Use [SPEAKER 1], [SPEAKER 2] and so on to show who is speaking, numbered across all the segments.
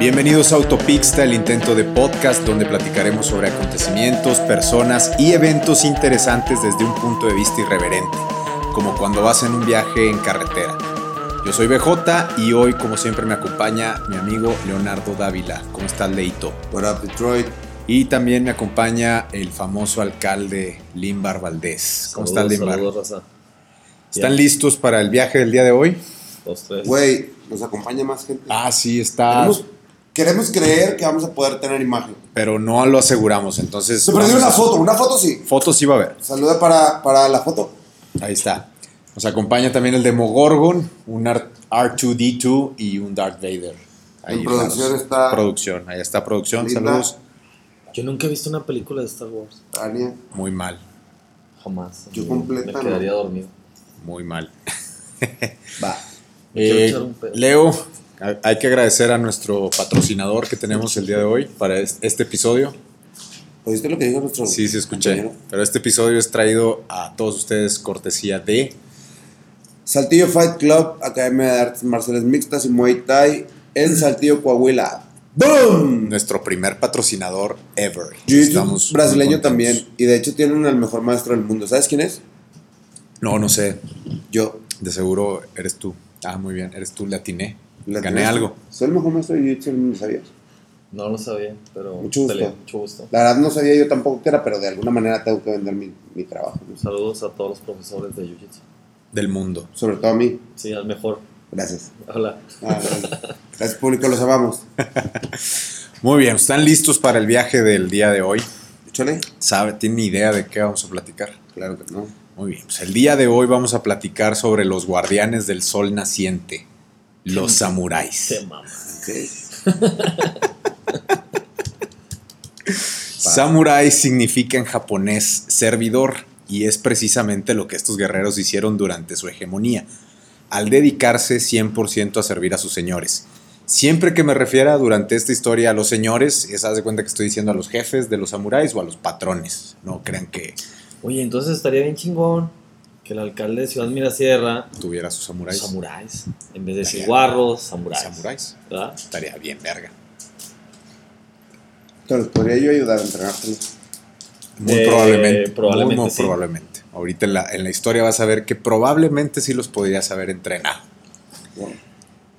[SPEAKER 1] Bienvenidos a Autopixta, el intento de podcast donde platicaremos sobre acontecimientos, personas y eventos interesantes desde un punto de vista irreverente, como cuando vas en un viaje en carretera. Yo soy BJ y hoy, como siempre, me acompaña mi amigo Leonardo Dávila. ¿Cómo estás, Leito?
[SPEAKER 2] What up, Detroit?
[SPEAKER 1] Y también me acompaña el famoso alcalde Limbar Valdés. ¿Cómo estás,
[SPEAKER 3] Saludos,
[SPEAKER 1] Limbar?
[SPEAKER 3] saludos, raza.
[SPEAKER 1] ¿Están listos para el viaje del día de hoy?
[SPEAKER 3] Dos, tres.
[SPEAKER 2] Güey, nos acompaña más gente.
[SPEAKER 1] Ah, sí, está.
[SPEAKER 2] Queremos, queremos creer que vamos a poder tener imagen.
[SPEAKER 1] Pero no lo aseguramos, entonces.
[SPEAKER 2] Se perdió
[SPEAKER 1] vamos
[SPEAKER 2] una
[SPEAKER 1] a-
[SPEAKER 2] foto, una foto sí.
[SPEAKER 1] Fotos sí va a haber.
[SPEAKER 2] Saluda para, para la foto.
[SPEAKER 1] Ahí está. Nos acompaña también el Demogorgon, un Ar- R2D2 y un Darth Vader.
[SPEAKER 2] En producción está-
[SPEAKER 1] Producción, ahí está producción.
[SPEAKER 2] Linda.
[SPEAKER 1] Saludos.
[SPEAKER 3] Yo nunca he visto una película de Star Wars.
[SPEAKER 2] Tania.
[SPEAKER 1] Muy mal,
[SPEAKER 3] Jamás.
[SPEAKER 2] Yo
[SPEAKER 3] Me-
[SPEAKER 2] completa,
[SPEAKER 3] Me quedaría
[SPEAKER 2] no.
[SPEAKER 3] dormido.
[SPEAKER 1] muy mal.
[SPEAKER 2] Va.
[SPEAKER 3] quiero
[SPEAKER 1] Eh,
[SPEAKER 3] echar un pedo.
[SPEAKER 1] Leo, a- hay que agradecer a nuestro patrocinador que tenemos el día de hoy para es- este episodio.
[SPEAKER 2] ¿Oíste lo que dijo nuestro
[SPEAKER 1] Sí, sí, escuché.
[SPEAKER 2] compañero?
[SPEAKER 1] Pero este episodio es traído a todos ustedes cortesía de
[SPEAKER 2] Saltillo Fight Club, Academia de Artes Marciales Mixtas y Muay Thai
[SPEAKER 1] Mm.
[SPEAKER 2] en Saltillo, Coahuila. ¡Boom!
[SPEAKER 1] nuestro primer patrocinador ever. Estamos muy
[SPEAKER 2] Jiu-Jitsu brasileño
[SPEAKER 1] contentos.
[SPEAKER 2] también. Y de hecho tienen al mejor maestro del mundo. ¿Sabes quién es?
[SPEAKER 1] No, no sé.
[SPEAKER 2] Yo.
[SPEAKER 1] De seguro eres tú. Ah, muy bien, eres tú, le atiné.
[SPEAKER 2] La
[SPEAKER 1] Gané
[SPEAKER 2] tenemos.
[SPEAKER 1] algo.
[SPEAKER 2] Soy el mejor maestro de Jiu-Jitsu del mundo, ¿sabías?
[SPEAKER 3] No lo sabía, pero.
[SPEAKER 2] Mucho gusto.
[SPEAKER 3] salió, mucho gusto.
[SPEAKER 2] La verdad no sabía yo tampoco qué era, pero de alguna manera tengo que vender mi, mi trabajo. ¿no?
[SPEAKER 3] Saludos a todos los profesores de Jiu Jitsu.
[SPEAKER 1] Del mundo.
[SPEAKER 2] Sobre todo a mí.
[SPEAKER 3] Sí, al mejor.
[SPEAKER 2] Gracias.
[SPEAKER 3] Hola.
[SPEAKER 2] Ah, gracias. gracias, público, los amamos.
[SPEAKER 1] Muy bien, ¿están listos para el viaje del día de hoy?
[SPEAKER 2] Échale.
[SPEAKER 1] ¿Sabe, tienen idea de qué vamos a platicar?
[SPEAKER 2] Claro que no.
[SPEAKER 1] Muy bien, pues el día de hoy vamos a platicar sobre los guardianes del sol naciente, los
[SPEAKER 3] Te
[SPEAKER 1] samuráis.
[SPEAKER 3] mama.
[SPEAKER 2] Sí.
[SPEAKER 1] Samurai significa en japonés servidor y es precisamente lo que estos guerreros hicieron durante su hegemonía, al dedicarse 100% a servir a sus señores. Siempre que me refiera durante esta historia a los señores, es haz de cuenta que estoy diciendo a los jefes de los samuráis o a los patrones. No crean que
[SPEAKER 3] Oye, entonces estaría bien chingón que el alcalde de Ciudad Mirasierra.
[SPEAKER 1] tuviera sus samuráis.
[SPEAKER 3] Samuráis. En vez de decir
[SPEAKER 1] Estaría-
[SPEAKER 3] guarros, samuráis.
[SPEAKER 1] Samuráis.
[SPEAKER 3] ¿Verdad?
[SPEAKER 1] Estaría bien, verga.
[SPEAKER 2] Te los podría yo ayudar a entrenarte.
[SPEAKER 1] Muy
[SPEAKER 3] Eh,
[SPEAKER 1] probablemente.
[SPEAKER 3] probablemente
[SPEAKER 1] Muy, muy
[SPEAKER 3] sí.
[SPEAKER 1] probablemente. Ahorita en la, en la historia vas a ver que probablemente sí los podrías haber entrenado.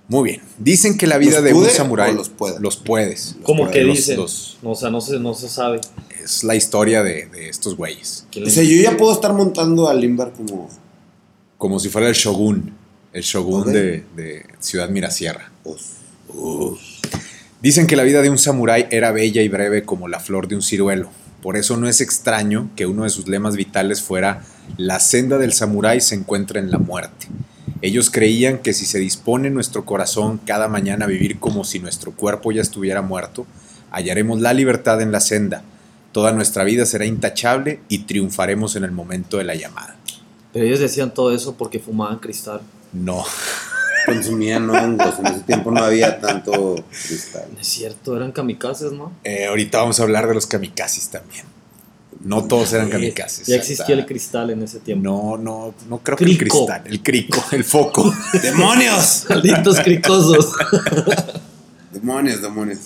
[SPEAKER 1] Muy bien. Dicen que la vida
[SPEAKER 2] ¿Los
[SPEAKER 1] de un
[SPEAKER 2] pude
[SPEAKER 1] samurái
[SPEAKER 2] o los puede?
[SPEAKER 1] Los puedes.
[SPEAKER 3] Como
[SPEAKER 1] Los-
[SPEAKER 3] que
[SPEAKER 1] los-
[SPEAKER 3] dicen.
[SPEAKER 1] los-
[SPEAKER 3] No, o sea, no se, no se sabe.
[SPEAKER 1] es la historia de, de estos güeyes.
[SPEAKER 3] ¿Quién
[SPEAKER 2] O
[SPEAKER 3] le-
[SPEAKER 2] sea, yo ya puedo estar montando al Limbar como.
[SPEAKER 1] Como si fuera el shogun. El shogun
[SPEAKER 2] Ok.
[SPEAKER 1] de, de Ciudad Mirasierra.
[SPEAKER 2] os.
[SPEAKER 1] Dicen que la vida de un samurái era bella y breve como la flor de un ciruelo. Por eso no es extraño que uno de sus lemas vitales fuera La senda del samurái se encuentra en la muerte. Ellos creían que si se dispone nuestro corazón cada mañana a vivir como si nuestro cuerpo ya estuviera muerto, hallaremos la libertad en la senda. Toda nuestra vida será intachable y triunfaremos en el momento de la llamada.
[SPEAKER 3] Pero ellos decían todo eso porque fumaban cristal.
[SPEAKER 1] No,
[SPEAKER 2] Consumían hongos. En ese tiempo no había tanto cristal.
[SPEAKER 3] No es cierto, eran kamikazes, ¿no?
[SPEAKER 1] Eh, ahorita vamos a hablar de los kamikazes también. No todos eran
[SPEAKER 3] Eh,
[SPEAKER 1] kamikazes.
[SPEAKER 3] Ya existía
[SPEAKER 1] Hasta-
[SPEAKER 3] el cristal en ese tiempo.
[SPEAKER 1] No, no, no creo que el
[SPEAKER 3] Crico.
[SPEAKER 1] cristal, el crico, el foco. ¡Demonios!
[SPEAKER 3] Malditos cricosos.
[SPEAKER 2] Demonios, demonios.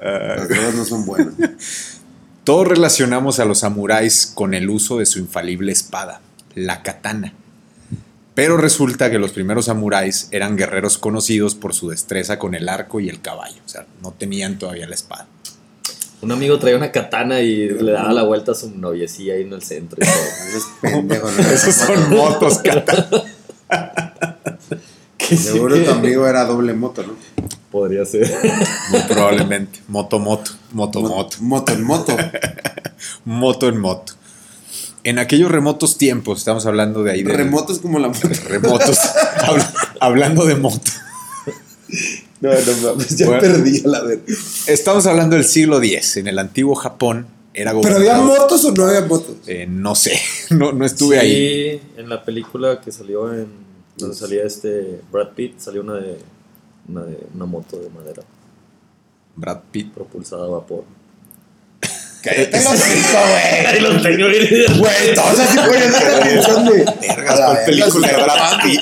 [SPEAKER 2] Las drogas no son buenas.
[SPEAKER 1] Eh, Todos relacionamos a los samuráis con el uso de su infalible espada, la katana. Pero resulta que los primeros samuráis eran guerreros conocidos por su destreza con el arco y el caballo. O sea, no tenían todavía la espada.
[SPEAKER 3] Un amigo traía una katana y le daba la vuelta a su noviecilla ahí en el centro. y todo.
[SPEAKER 2] Eres pendejo, ¿no?
[SPEAKER 1] Esos son motos, katana.
[SPEAKER 3] Que sí
[SPEAKER 2] Seguro
[SPEAKER 3] que
[SPEAKER 2] tu amigo era doble moto, ¿no?
[SPEAKER 3] Podría ser.
[SPEAKER 1] Muy probablemente. Moto, moto, moto, moto.
[SPEAKER 2] Moto en moto.
[SPEAKER 1] Moto en moto. En aquellos remotos tiempos, estamos hablando de ahí de...
[SPEAKER 2] Remoto es como la moto.
[SPEAKER 1] Remotos. Habla- hablando de moto.
[SPEAKER 2] No, no mames, ya
[SPEAKER 1] Bueno.
[SPEAKER 2] perdí a la vez.
[SPEAKER 1] Estamos hablando del siglo X. En el antiguo Japón era
[SPEAKER 2] ¿Pero había
[SPEAKER 1] gobernado-
[SPEAKER 2] motos o no había motos?
[SPEAKER 1] Eh, no sé, no, no estuve
[SPEAKER 3] Sí,
[SPEAKER 1] ahí.
[SPEAKER 3] en la película que salió en. Donde salía este Brad Pitt, salió una de. Una, de- una moto de madera
[SPEAKER 1] Brad Pitt.
[SPEAKER 3] propulsada a vapor.
[SPEAKER 2] Cállate los cinco, güey.
[SPEAKER 3] Ahí los tengo,
[SPEAKER 2] Güey, todos así güey, ya están pensando, güey. A la verga,
[SPEAKER 1] película de Brad Pitt.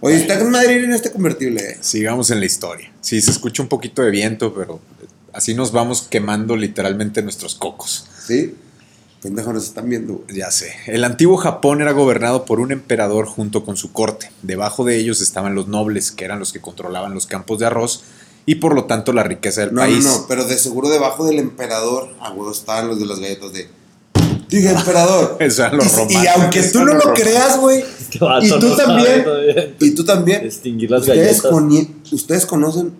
[SPEAKER 2] Oye, está en Madrid en este convertible. eh.
[SPEAKER 1] Sigamos en la historia. Sí, se escucha un poquito de viento, pero así nos vamos quemando literalmente nuestros cocos.
[SPEAKER 2] ¿Sí? Pendejo, nos están viendo, güey.
[SPEAKER 1] Ya sé. El antiguo Japón era gobernado por un emperador junto con su corte. Debajo de ellos estaban los nobles, que eran los que controlaban los campos de arroz y por lo tanto la riqueza del
[SPEAKER 2] No,
[SPEAKER 1] país.
[SPEAKER 2] no, no, pero de seguro debajo del emperador, a huevo estaban los de las galletas de. Dije, emperador.
[SPEAKER 1] Eso eran los
[SPEAKER 2] Y-
[SPEAKER 1] romanos.
[SPEAKER 2] Y aunque tú no lo creas, güey.
[SPEAKER 3] Este vato
[SPEAKER 2] Y tú
[SPEAKER 3] no sabe
[SPEAKER 2] también.
[SPEAKER 3] todavía
[SPEAKER 2] Y tú también.
[SPEAKER 3] Distinguir Este, las
[SPEAKER 2] Ustedes,
[SPEAKER 3] galletas.
[SPEAKER 2] coni- ustedes conocen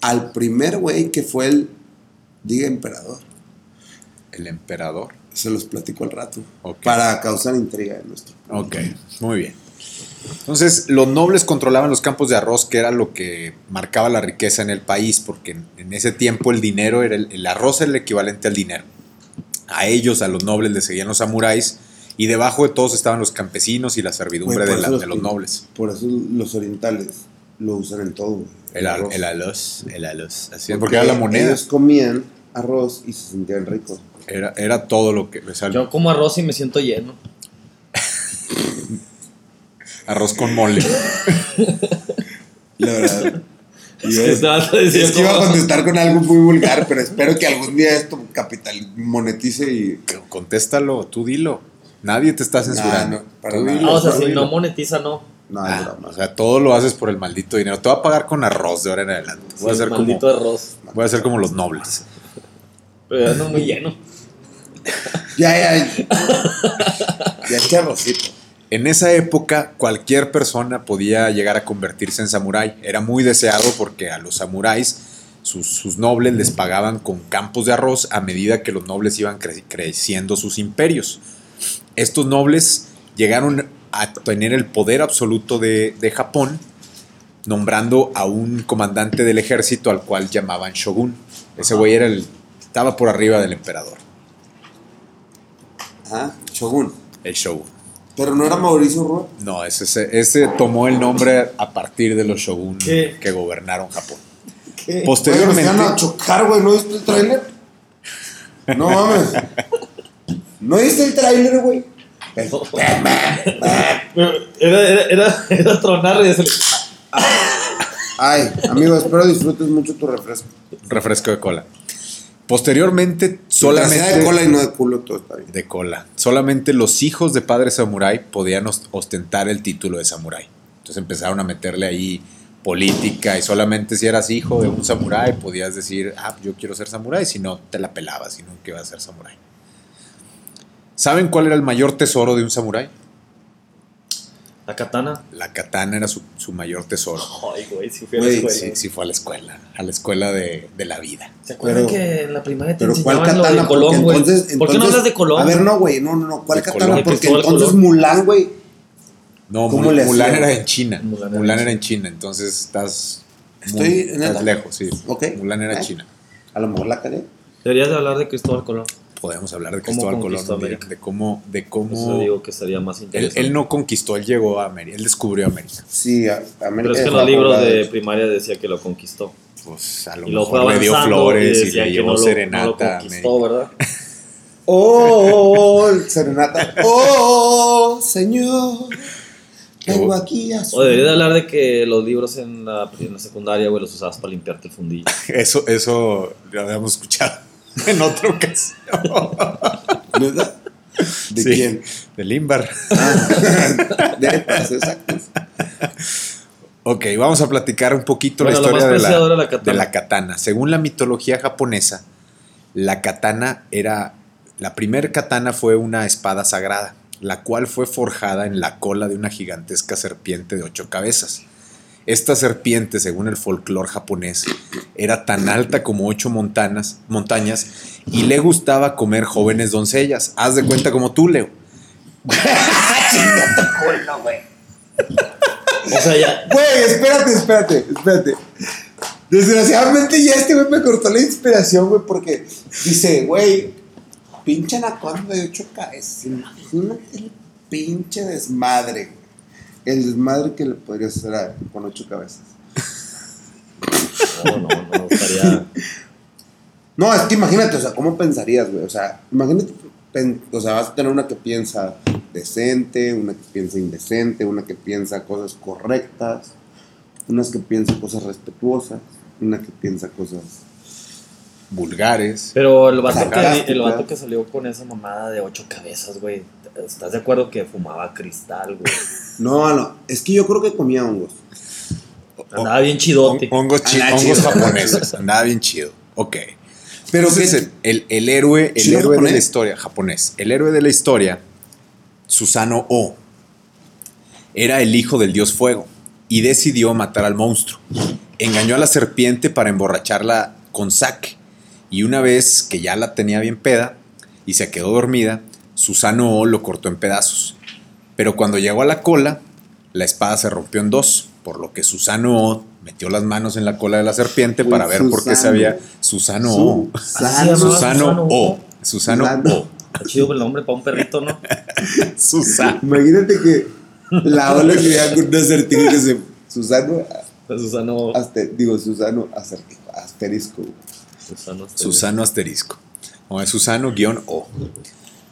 [SPEAKER 2] al primer güey que fue el. Diga emperador.
[SPEAKER 1] El emperador.
[SPEAKER 2] Se los platico al rato.
[SPEAKER 1] Ok.
[SPEAKER 2] Para causar intriga en nuestro.
[SPEAKER 1] Ok, muy bien. Entonces, los nobles controlaban los campos de arroz, que era lo que marcaba la riqueza en el país, porque en- en ese tiempo el dinero era el, el arroz era el equivalente al dinero. A ellos, a los nobles, les seguían los samuráis, y debajo de todos estaban los campesinos y la servidumbre
[SPEAKER 2] Güey, por
[SPEAKER 1] de, la-
[SPEAKER 2] eso
[SPEAKER 1] de los nobles.
[SPEAKER 2] Por eso los orientales lo usan en todo, güey.
[SPEAKER 1] El, ar-
[SPEAKER 2] arroz.
[SPEAKER 1] el alos, el alos. Así es, porque era la moneda.
[SPEAKER 2] Ellos comían arroz y se sentían ricos.
[SPEAKER 1] Era, era todo lo que. o sea,
[SPEAKER 3] Yo como arroz y me siento lleno.
[SPEAKER 1] arroz con mole.
[SPEAKER 2] La verdad. Y
[SPEAKER 3] Es que
[SPEAKER 2] es-
[SPEAKER 3] este vato decía
[SPEAKER 2] es que iba a
[SPEAKER 3] como-
[SPEAKER 2] contestar con algo muy vulgar, pero espero que algún día esto capital monetice y.
[SPEAKER 1] Que- Contéstalo, tú dilo. Nadie te está censurando.
[SPEAKER 2] no, para
[SPEAKER 1] Tú
[SPEAKER 2] nada.
[SPEAKER 1] dilo.
[SPEAKER 3] Ah, o sea,
[SPEAKER 2] no,
[SPEAKER 3] si
[SPEAKER 2] no.
[SPEAKER 3] no monetiza, no.
[SPEAKER 2] No,
[SPEAKER 1] Ah,
[SPEAKER 2] es broma.
[SPEAKER 1] o sea, todo lo haces por el maldito dinero. Te voy a pagar con arroz de ahora en adelante. Voy, a,
[SPEAKER 3] Sí,
[SPEAKER 1] ser como,
[SPEAKER 3] maldito arroz.
[SPEAKER 1] voy a ser como los nobles.
[SPEAKER 3] Pero ya ando muy lleno.
[SPEAKER 2] Ya, ya. ya este arrocito.
[SPEAKER 1] En esa época, cualquier persona podía llegar a convertirse en samurái. Era muy deseado porque a los samuráis, sus, sus nobles les pagaban con campos de arroz a medida que los nobles iban cre- creciendo sus imperios. Estos nobles llegaron a tener el poder absoluto de, de Japón, nombrando a un comandante del ejército al cual llamaban shogun. Ese güey era el, estaba por arriba del emperador,
[SPEAKER 2] Ajá, Shogun.
[SPEAKER 1] el shogun.
[SPEAKER 2] Pero no era Mauricio Rua.
[SPEAKER 1] No, ese, ese- ese tomó el nombre a partir de los shogun
[SPEAKER 3] ¿Qué?
[SPEAKER 1] que gobernaron Japón.
[SPEAKER 3] ¿Qué?
[SPEAKER 1] Posteriormente,
[SPEAKER 2] Oye, nos iban a chocar, güey. ¿No viste el tráiler? No mames. ¿No viste el tráiler, güey?
[SPEAKER 3] Era, era, era, era tronar y hacerle-
[SPEAKER 2] Ay, amigo, espero disfrutes mucho tu refresco.
[SPEAKER 1] refresco de cola. Posteriormente,
[SPEAKER 2] Solamente
[SPEAKER 1] solamente
[SPEAKER 2] de cola y no de culo, todo está bien.
[SPEAKER 1] de cola. Solamente los hijos de padres samurái podían os- ostentar el título de samurái. Entonces empezaron a meterle ahí política y solamente si eras hijo de un samurái podías decir, ah, yo quiero ser samurái, si no te la pelabas y nunca ibas a ser samurái. ¿Saben cuál era el mayor tesoro de un samurái?
[SPEAKER 3] La katana.
[SPEAKER 1] La katana era su, su mayor tesoro.
[SPEAKER 3] Ay, güey, si fui a la
[SPEAKER 2] Güey,
[SPEAKER 3] escuela.
[SPEAKER 1] Sí, sí fue a la escuela, a la escuela de, de la vida.
[SPEAKER 3] ¿Se acuerdan
[SPEAKER 2] Pero-
[SPEAKER 3] que en la primaria te
[SPEAKER 2] Pero ¿cuál
[SPEAKER 3] enseñaban lo
[SPEAKER 2] katana?
[SPEAKER 3] de
[SPEAKER 2] Porque
[SPEAKER 3] Colón, güey?
[SPEAKER 2] entonces,
[SPEAKER 3] ¿Por qué no
[SPEAKER 2] entonces-
[SPEAKER 3] hablas de Colón?
[SPEAKER 2] A ver, no, güey, no, no, no. ¿Cuál
[SPEAKER 1] De
[SPEAKER 2] katana?
[SPEAKER 1] Colón.
[SPEAKER 2] Porque
[SPEAKER 3] Cristóbal
[SPEAKER 2] entonces
[SPEAKER 3] Colón.
[SPEAKER 2] Mulan, güey.
[SPEAKER 1] No,
[SPEAKER 2] ¿Cómo
[SPEAKER 1] Mul-
[SPEAKER 2] le
[SPEAKER 1] Mulan
[SPEAKER 2] hacían?
[SPEAKER 1] era en China.
[SPEAKER 3] Mulan
[SPEAKER 1] Mulan,
[SPEAKER 3] era en
[SPEAKER 1] era en China, entonces estás, muy-
[SPEAKER 2] Estoy en
[SPEAKER 1] estás
[SPEAKER 2] el-
[SPEAKER 1] lejos, sí.
[SPEAKER 2] Ok.
[SPEAKER 1] Mulan era
[SPEAKER 2] Ah.
[SPEAKER 1] China.
[SPEAKER 2] A lo mejor la cagué.
[SPEAKER 3] Deberías de hablar de Cristóbal Colón.
[SPEAKER 1] Podemos hablar de
[SPEAKER 3] ¿Cómo
[SPEAKER 1] Cristóbal Colón,
[SPEAKER 3] conquistó
[SPEAKER 1] un día,
[SPEAKER 3] América?
[SPEAKER 1] de cómo, de
[SPEAKER 3] Por eso
[SPEAKER 1] cómo
[SPEAKER 3] digo que sería más
[SPEAKER 1] él,
[SPEAKER 3] interesante.
[SPEAKER 1] él no conquistó, él llegó a América, él descubrió América.
[SPEAKER 2] Sí, a- América.
[SPEAKER 3] Pero es que en
[SPEAKER 2] la
[SPEAKER 3] los libros
[SPEAKER 2] morada.
[SPEAKER 3] de primaria decía que lo conquistó.
[SPEAKER 1] Pues a lo
[SPEAKER 3] Y luego fue
[SPEAKER 1] mejor le dio
[SPEAKER 3] avanzando
[SPEAKER 1] flores y,
[SPEAKER 3] decía
[SPEAKER 1] le
[SPEAKER 3] que
[SPEAKER 1] llevó
[SPEAKER 3] no lo-
[SPEAKER 1] serenata.
[SPEAKER 3] no lo
[SPEAKER 1] a
[SPEAKER 3] conquistó,
[SPEAKER 1] América.
[SPEAKER 3] ¿verdad?
[SPEAKER 2] Oh, oh, oh, el serenata. Oh, señor. Vengo aquí a su.
[SPEAKER 3] O deberías de hablar de que los libros en la, en la secundaria, güey, los usabas para limpiarte el fundillo.
[SPEAKER 1] Eso, eso lo habíamos escuchado en otra ocasión.
[SPEAKER 2] ¿Verdad? ¿De
[SPEAKER 1] Sí,
[SPEAKER 2] quién?
[SPEAKER 1] De Limbar.
[SPEAKER 2] Ah, de para ser exactos.
[SPEAKER 1] Ok, vamos a platicar un poquito
[SPEAKER 3] Bueno,
[SPEAKER 1] la
[SPEAKER 3] lo más
[SPEAKER 1] historia de, la,
[SPEAKER 3] preciado era la katana.
[SPEAKER 1] de la katana. Según la mitología japonesa, la katana era. La primer katana fue una espada sagrada, la cual fue forjada en la cola de una gigantesca serpiente de ocho cabezas. Esta serpiente, según el folclore japonés, era tan alta como ocho montanas, montañas y le gustaba comer jóvenes doncellas. Haz de cuenta como tú, Leo.
[SPEAKER 3] O sea, ya.
[SPEAKER 2] Güey, espérate, espérate, espérate. Desgraciadamente ya este güey me cortó la inspiración, güey, porque dice, güey, pinche anaconda de ocho cabezas. Imagínate el pinche desmadre. güey. El desmadre que le podría hacer a- con ocho cabezas.
[SPEAKER 3] No, no, no, estaría.
[SPEAKER 2] No, es que imagínate, o sea, ¿cómo pensarías, güey? O sea, imagínate, pen- o sea, vas a tener una que piensa, decente, una que piensa indecente, una que piensa cosas correctas, unas que piensa cosas respetuosas, una que piensa cosas...
[SPEAKER 1] vulgares.
[SPEAKER 4] Pero el vato,
[SPEAKER 2] Sarcástico.
[SPEAKER 4] que, el vato que salió con esa mamada de ocho cabezas, güey. ¿Estás de acuerdo que fumaba cristal, güey?
[SPEAKER 2] No, no, es que yo creo que comía hongos.
[SPEAKER 4] Andaba bien chidote.
[SPEAKER 1] Hon- hongos, chi-
[SPEAKER 2] Andaba
[SPEAKER 1] hongos
[SPEAKER 2] chido.
[SPEAKER 1] japoneses. Andaba bien chido. Ok. Pero
[SPEAKER 2] Sí,
[SPEAKER 1] ¿qué es
[SPEAKER 2] sí.
[SPEAKER 1] el, el, el héroe, el
[SPEAKER 2] Chino
[SPEAKER 1] héroe de la
[SPEAKER 2] japonés.
[SPEAKER 1] historia? Japonés. El héroe de la historia, Susano O, era el hijo del dios fuego y decidió matar al monstruo. Engañó a la serpiente para emborracharla con sake. Y una vez que ya la tenía bien peda y se quedó dormida, Susano O lo cortó en pedazos. Pero cuando llegó a la cola, la espada se rompió en dos, por lo que Susano O metió las manos en la cola de la serpiente
[SPEAKER 2] Uy,
[SPEAKER 1] para ver por qué se
[SPEAKER 2] Susano.
[SPEAKER 1] había... Susano O.
[SPEAKER 2] Su- Su-
[SPEAKER 4] Susano.
[SPEAKER 1] Susano
[SPEAKER 4] Susano
[SPEAKER 1] O.
[SPEAKER 4] O.
[SPEAKER 1] Susano
[SPEAKER 2] Susano.
[SPEAKER 1] O.
[SPEAKER 4] Está chido el nombre para un perrito, ¿no?
[SPEAKER 1] Susano.
[SPEAKER 2] Imagínate que la ola que vea con un acertijo que se... Susano,
[SPEAKER 4] Pues Susano.
[SPEAKER 2] aster- digo, Susano acertijo, asterisco.
[SPEAKER 4] Susano. este,
[SPEAKER 1] Susano asterisco. O es Susano guión O.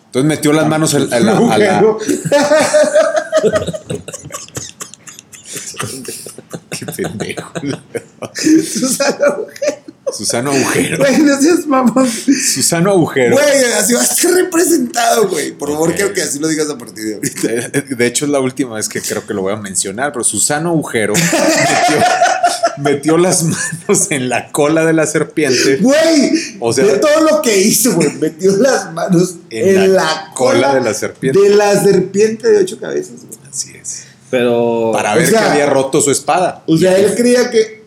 [SPEAKER 1] Entonces metió las manos al- a la- a la-
[SPEAKER 2] Agujero.
[SPEAKER 1] Qué pendejo.
[SPEAKER 2] Susano,
[SPEAKER 1] Susano agujero.
[SPEAKER 2] güey, no seas mamón.
[SPEAKER 1] Susano agujero.
[SPEAKER 2] Güey, así va a ser representado, güey. Por favor,
[SPEAKER 1] Ok.
[SPEAKER 2] quiero que así lo digas a partir de ahorita.
[SPEAKER 1] De hecho, es la última vez que creo que lo voy a mencionar, pero Susano Agujero metió, metió las manos en la cola de la serpiente.
[SPEAKER 2] Güey,
[SPEAKER 1] O sea-
[SPEAKER 2] de todo lo que hizo, güey, metió las manos en, la, cola,
[SPEAKER 1] de la serpiente.
[SPEAKER 2] de la serpiente de ocho cabezas, güey.
[SPEAKER 1] Así es.
[SPEAKER 4] Pero.
[SPEAKER 1] Para
[SPEAKER 2] O
[SPEAKER 1] ver
[SPEAKER 2] sea-
[SPEAKER 1] que había roto su espada.
[SPEAKER 2] O sea, él creía que.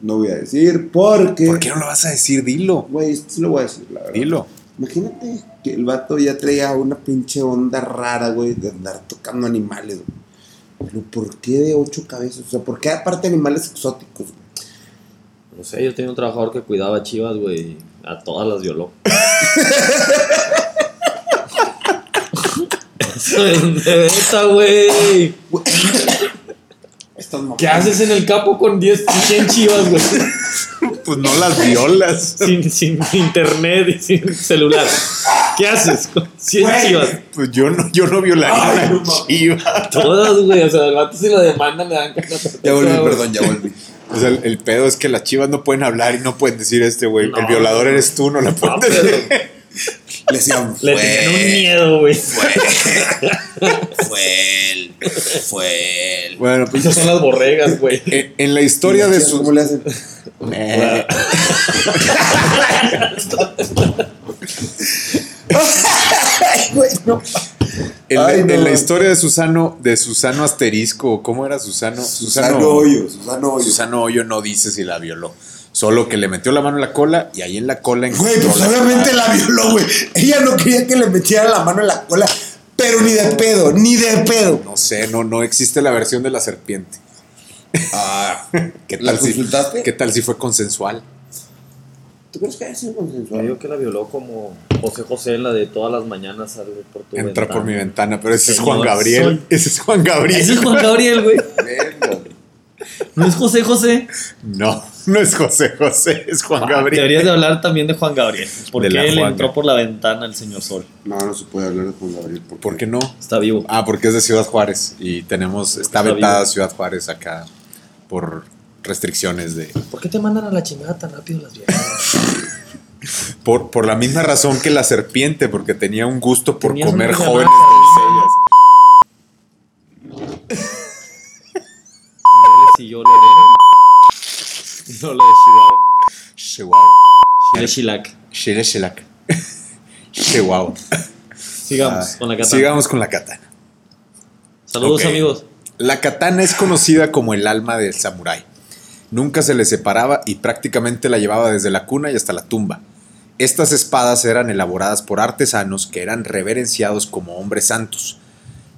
[SPEAKER 2] No voy a decir porque.
[SPEAKER 1] ¿Por qué no lo vas a decir? Dilo.
[SPEAKER 2] Güey, esto sí lo voy a decir, la verdad.
[SPEAKER 1] Dilo.
[SPEAKER 2] Imagínate que el vato ya traía una pinche onda rara, güey, de andar tocando animales, güey. Pero ¿por qué de ocho cabezas? O sea, ¿por qué aparte animales exóticos, güey?
[SPEAKER 4] No sé, yo tenía un trabajador que cuidaba a chivas, güey. y A todas las violó. Neta, güey.
[SPEAKER 2] Estas mamás-
[SPEAKER 4] ¿Qué haces en el campo con 10, 100 chivas, güey?
[SPEAKER 1] Pues no las violas.
[SPEAKER 4] Sin, sin internet y sin celular. ¿Qué haces con 100
[SPEAKER 2] Güey.
[SPEAKER 4] chivas?
[SPEAKER 1] Pues yo no, yo no violaría
[SPEAKER 2] Ay,
[SPEAKER 1] a
[SPEAKER 2] no
[SPEAKER 1] una
[SPEAKER 2] mames.
[SPEAKER 1] chiva.
[SPEAKER 4] Todas, güey. O sea, el vato si lo demandan le dan carta.
[SPEAKER 2] Ya volví, perdón, ya volví.
[SPEAKER 1] O sea, el, el pedo es que las chivas no pueden hablar y no pueden decir este, güey. El
[SPEAKER 4] No.
[SPEAKER 1] violador eres tú, no la
[SPEAKER 4] No,
[SPEAKER 1] pueden
[SPEAKER 4] pero
[SPEAKER 1] decir.
[SPEAKER 2] Le decían,
[SPEAKER 4] le tenían un miedo, güey.
[SPEAKER 2] fue él, fue él.
[SPEAKER 1] Bueno, pues
[SPEAKER 4] Esas son las borregas, güey.
[SPEAKER 1] en, en la historia de su.
[SPEAKER 2] ¿Cómo le hacen?
[SPEAKER 1] Eh,
[SPEAKER 2] Ay, güey, no.
[SPEAKER 1] En,
[SPEAKER 2] Ay,
[SPEAKER 1] la,
[SPEAKER 2] no.
[SPEAKER 1] en la historia de Susano, de Susano Asterisco, ¿o ¿cómo era Susano?
[SPEAKER 2] Susano Hoyo, Susano Hoyo.
[SPEAKER 1] Susano Hoyo no dice si la violó. Solo que le metió la mano en la cola y ahí en la cola
[SPEAKER 2] Güey,
[SPEAKER 1] encontró
[SPEAKER 2] pues
[SPEAKER 1] la-
[SPEAKER 2] obviamente la violó, güey. Ella no quería que le metiera la mano en la cola, pero ni de pedo, ni de pedo.
[SPEAKER 1] No sé, no, no existe la versión de la serpiente.
[SPEAKER 2] Ah,
[SPEAKER 1] ¿Qué
[SPEAKER 2] ¿La
[SPEAKER 1] tal, si,
[SPEAKER 2] consultaste?
[SPEAKER 1] ¿Qué tal si fue consensual?
[SPEAKER 2] ¿Tú crees que haya sido
[SPEAKER 4] Yo
[SPEAKER 2] consensual?
[SPEAKER 4] digo que la violó como José José, la de todas las mañanas sale por tu
[SPEAKER 1] Entra por mi
[SPEAKER 4] ventana.
[SPEAKER 1] ventana, pero ese es
[SPEAKER 4] Señor,
[SPEAKER 1] Juan Gabriel.
[SPEAKER 4] soy-
[SPEAKER 1] Ese es Juan Gabriel.
[SPEAKER 4] Ese es Juan Gabriel, güey.
[SPEAKER 2] Verga.
[SPEAKER 4] No es José José.
[SPEAKER 1] No, no es José José, es
[SPEAKER 4] Ah,
[SPEAKER 1] Juan Gabriel.
[SPEAKER 4] Deberías de hablar también de Juan Gabriel.
[SPEAKER 1] De
[SPEAKER 4] Porque
[SPEAKER 1] la
[SPEAKER 4] él
[SPEAKER 1] Juanga.
[SPEAKER 4] entró por la ventana el señor Sol.
[SPEAKER 2] No, no se puede hablar de Juan Gabriel.
[SPEAKER 1] ¿Por qué no?
[SPEAKER 4] Está vivo.
[SPEAKER 1] Ah, porque es de Ciudad Juárez y tenemos, está
[SPEAKER 4] Está
[SPEAKER 1] vetada
[SPEAKER 4] vivo.
[SPEAKER 1] Ciudad Juárez acá por restricciones de...
[SPEAKER 4] ¿Por qué te mandan a la chingada tan rápido las viejas?
[SPEAKER 1] Por, por la misma razón que la serpiente, porque tenía un gusto por
[SPEAKER 4] Tenías
[SPEAKER 1] comer
[SPEAKER 4] una
[SPEAKER 1] jóvenes doncellas.
[SPEAKER 4] llamada. Él siguió Lorena. No la de
[SPEAKER 1] Chihuahua.
[SPEAKER 4] Chihuahua. De Chilac.
[SPEAKER 1] Shire Shelac. Chihuahua.
[SPEAKER 4] Sigamos
[SPEAKER 1] Ah,
[SPEAKER 4] con la catana.
[SPEAKER 1] Sigamos con la katana.
[SPEAKER 4] Saludos,
[SPEAKER 1] Ok.
[SPEAKER 4] amigos.
[SPEAKER 1] La katana es conocida como el alma del samurái. Nunca se le separaba y prácticamente la llevaba desde la cuna y hasta la tumba. Estas espadas eran elaboradas por artesanos que eran reverenciados como hombres santos.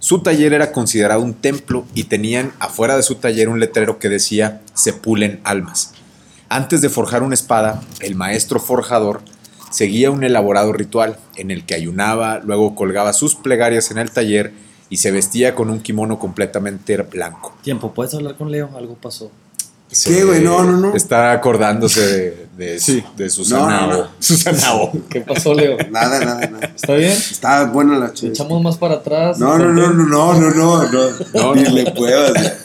[SPEAKER 1] Su taller era considerado un templo y tenían afuera de su taller un letrero que decía se pulen almas. Antes de forjar una espada, el maestro forjador seguía un elaborado ritual en el que ayunaba, luego colgaba sus plegarias en el taller y se vestía con un kimono completamente blanco.
[SPEAKER 4] Tiempo, ¿puedes hablar con Leo? Algo pasó.
[SPEAKER 1] se-
[SPEAKER 2] ¿Qué, güey? No, no, no.
[SPEAKER 1] Está acordándose de, de,
[SPEAKER 3] Sí.
[SPEAKER 1] de Susana
[SPEAKER 2] No, no, no.
[SPEAKER 1] O. Susana O.
[SPEAKER 4] ¿Qué pasó, Leo?
[SPEAKER 2] Nada, nada, nada.
[SPEAKER 4] ¿Está bien?
[SPEAKER 2] Está buena la
[SPEAKER 4] ¿Le
[SPEAKER 2] chica.
[SPEAKER 4] echamos más para atrás?
[SPEAKER 2] No, no, no, no, no, no, no, no.
[SPEAKER 1] No,
[SPEAKER 2] Ni
[SPEAKER 1] no.
[SPEAKER 2] le puedo. o sea.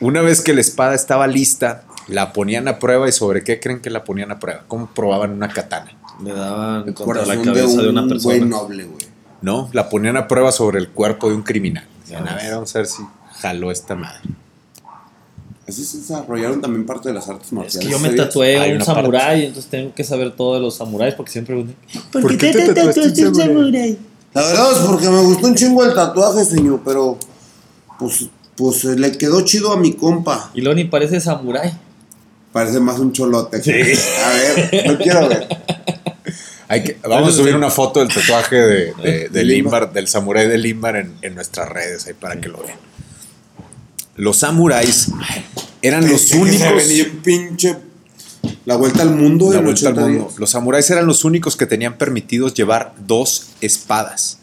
[SPEAKER 1] Una vez que la espada estaba lista, la ponían a prueba. ¿Y sobre qué creen que la ponían a prueba? ¿Cómo probaban una katana?
[SPEAKER 3] Le daban contra la
[SPEAKER 2] Corazón
[SPEAKER 3] cabeza de,
[SPEAKER 2] de, un
[SPEAKER 3] una persona.
[SPEAKER 2] buen noble, güey.
[SPEAKER 1] ¿No? La ponían a prueba sobre el cuerpo de un criminal. Decían,
[SPEAKER 3] Ya
[SPEAKER 1] a
[SPEAKER 3] ves.
[SPEAKER 1] ver, vamos a ver si jaló esta madre.
[SPEAKER 2] Así se desarrollaron también parte de las artes marciales.
[SPEAKER 4] Es que yo me
[SPEAKER 2] ¿sabías?
[SPEAKER 4] tatué
[SPEAKER 1] Hay
[SPEAKER 4] un
[SPEAKER 1] una parte.
[SPEAKER 4] samurái, entonces tengo que saber todo de los samuráis porque siempre preguntan.
[SPEAKER 1] ¿Por, qué te tatuaste un samurái?
[SPEAKER 2] La verdad es porque me gustó un chingo el tatuaje, señor, pero pues, pues eh, le quedó chido a mi compa.
[SPEAKER 4] Y Loni parece samurái.
[SPEAKER 2] Parece más un cholote. A ver, no quiero ver.
[SPEAKER 1] Hay que- vamos a subir una foto del tatuaje de, de- de Limbar, del samurái de Limbar en, en nuestras redes ahí para que lo vean. Los samuráis eran los
[SPEAKER 2] Pensé que se
[SPEAKER 1] únicos.
[SPEAKER 2] venía un pinche la vuelta al mundo
[SPEAKER 1] La
[SPEAKER 2] en
[SPEAKER 1] vuelta al
[SPEAKER 2] 80
[SPEAKER 1] mundo.
[SPEAKER 2] días.
[SPEAKER 1] Los samuráis eran los únicos que tenían permitidos llevar dos espadas.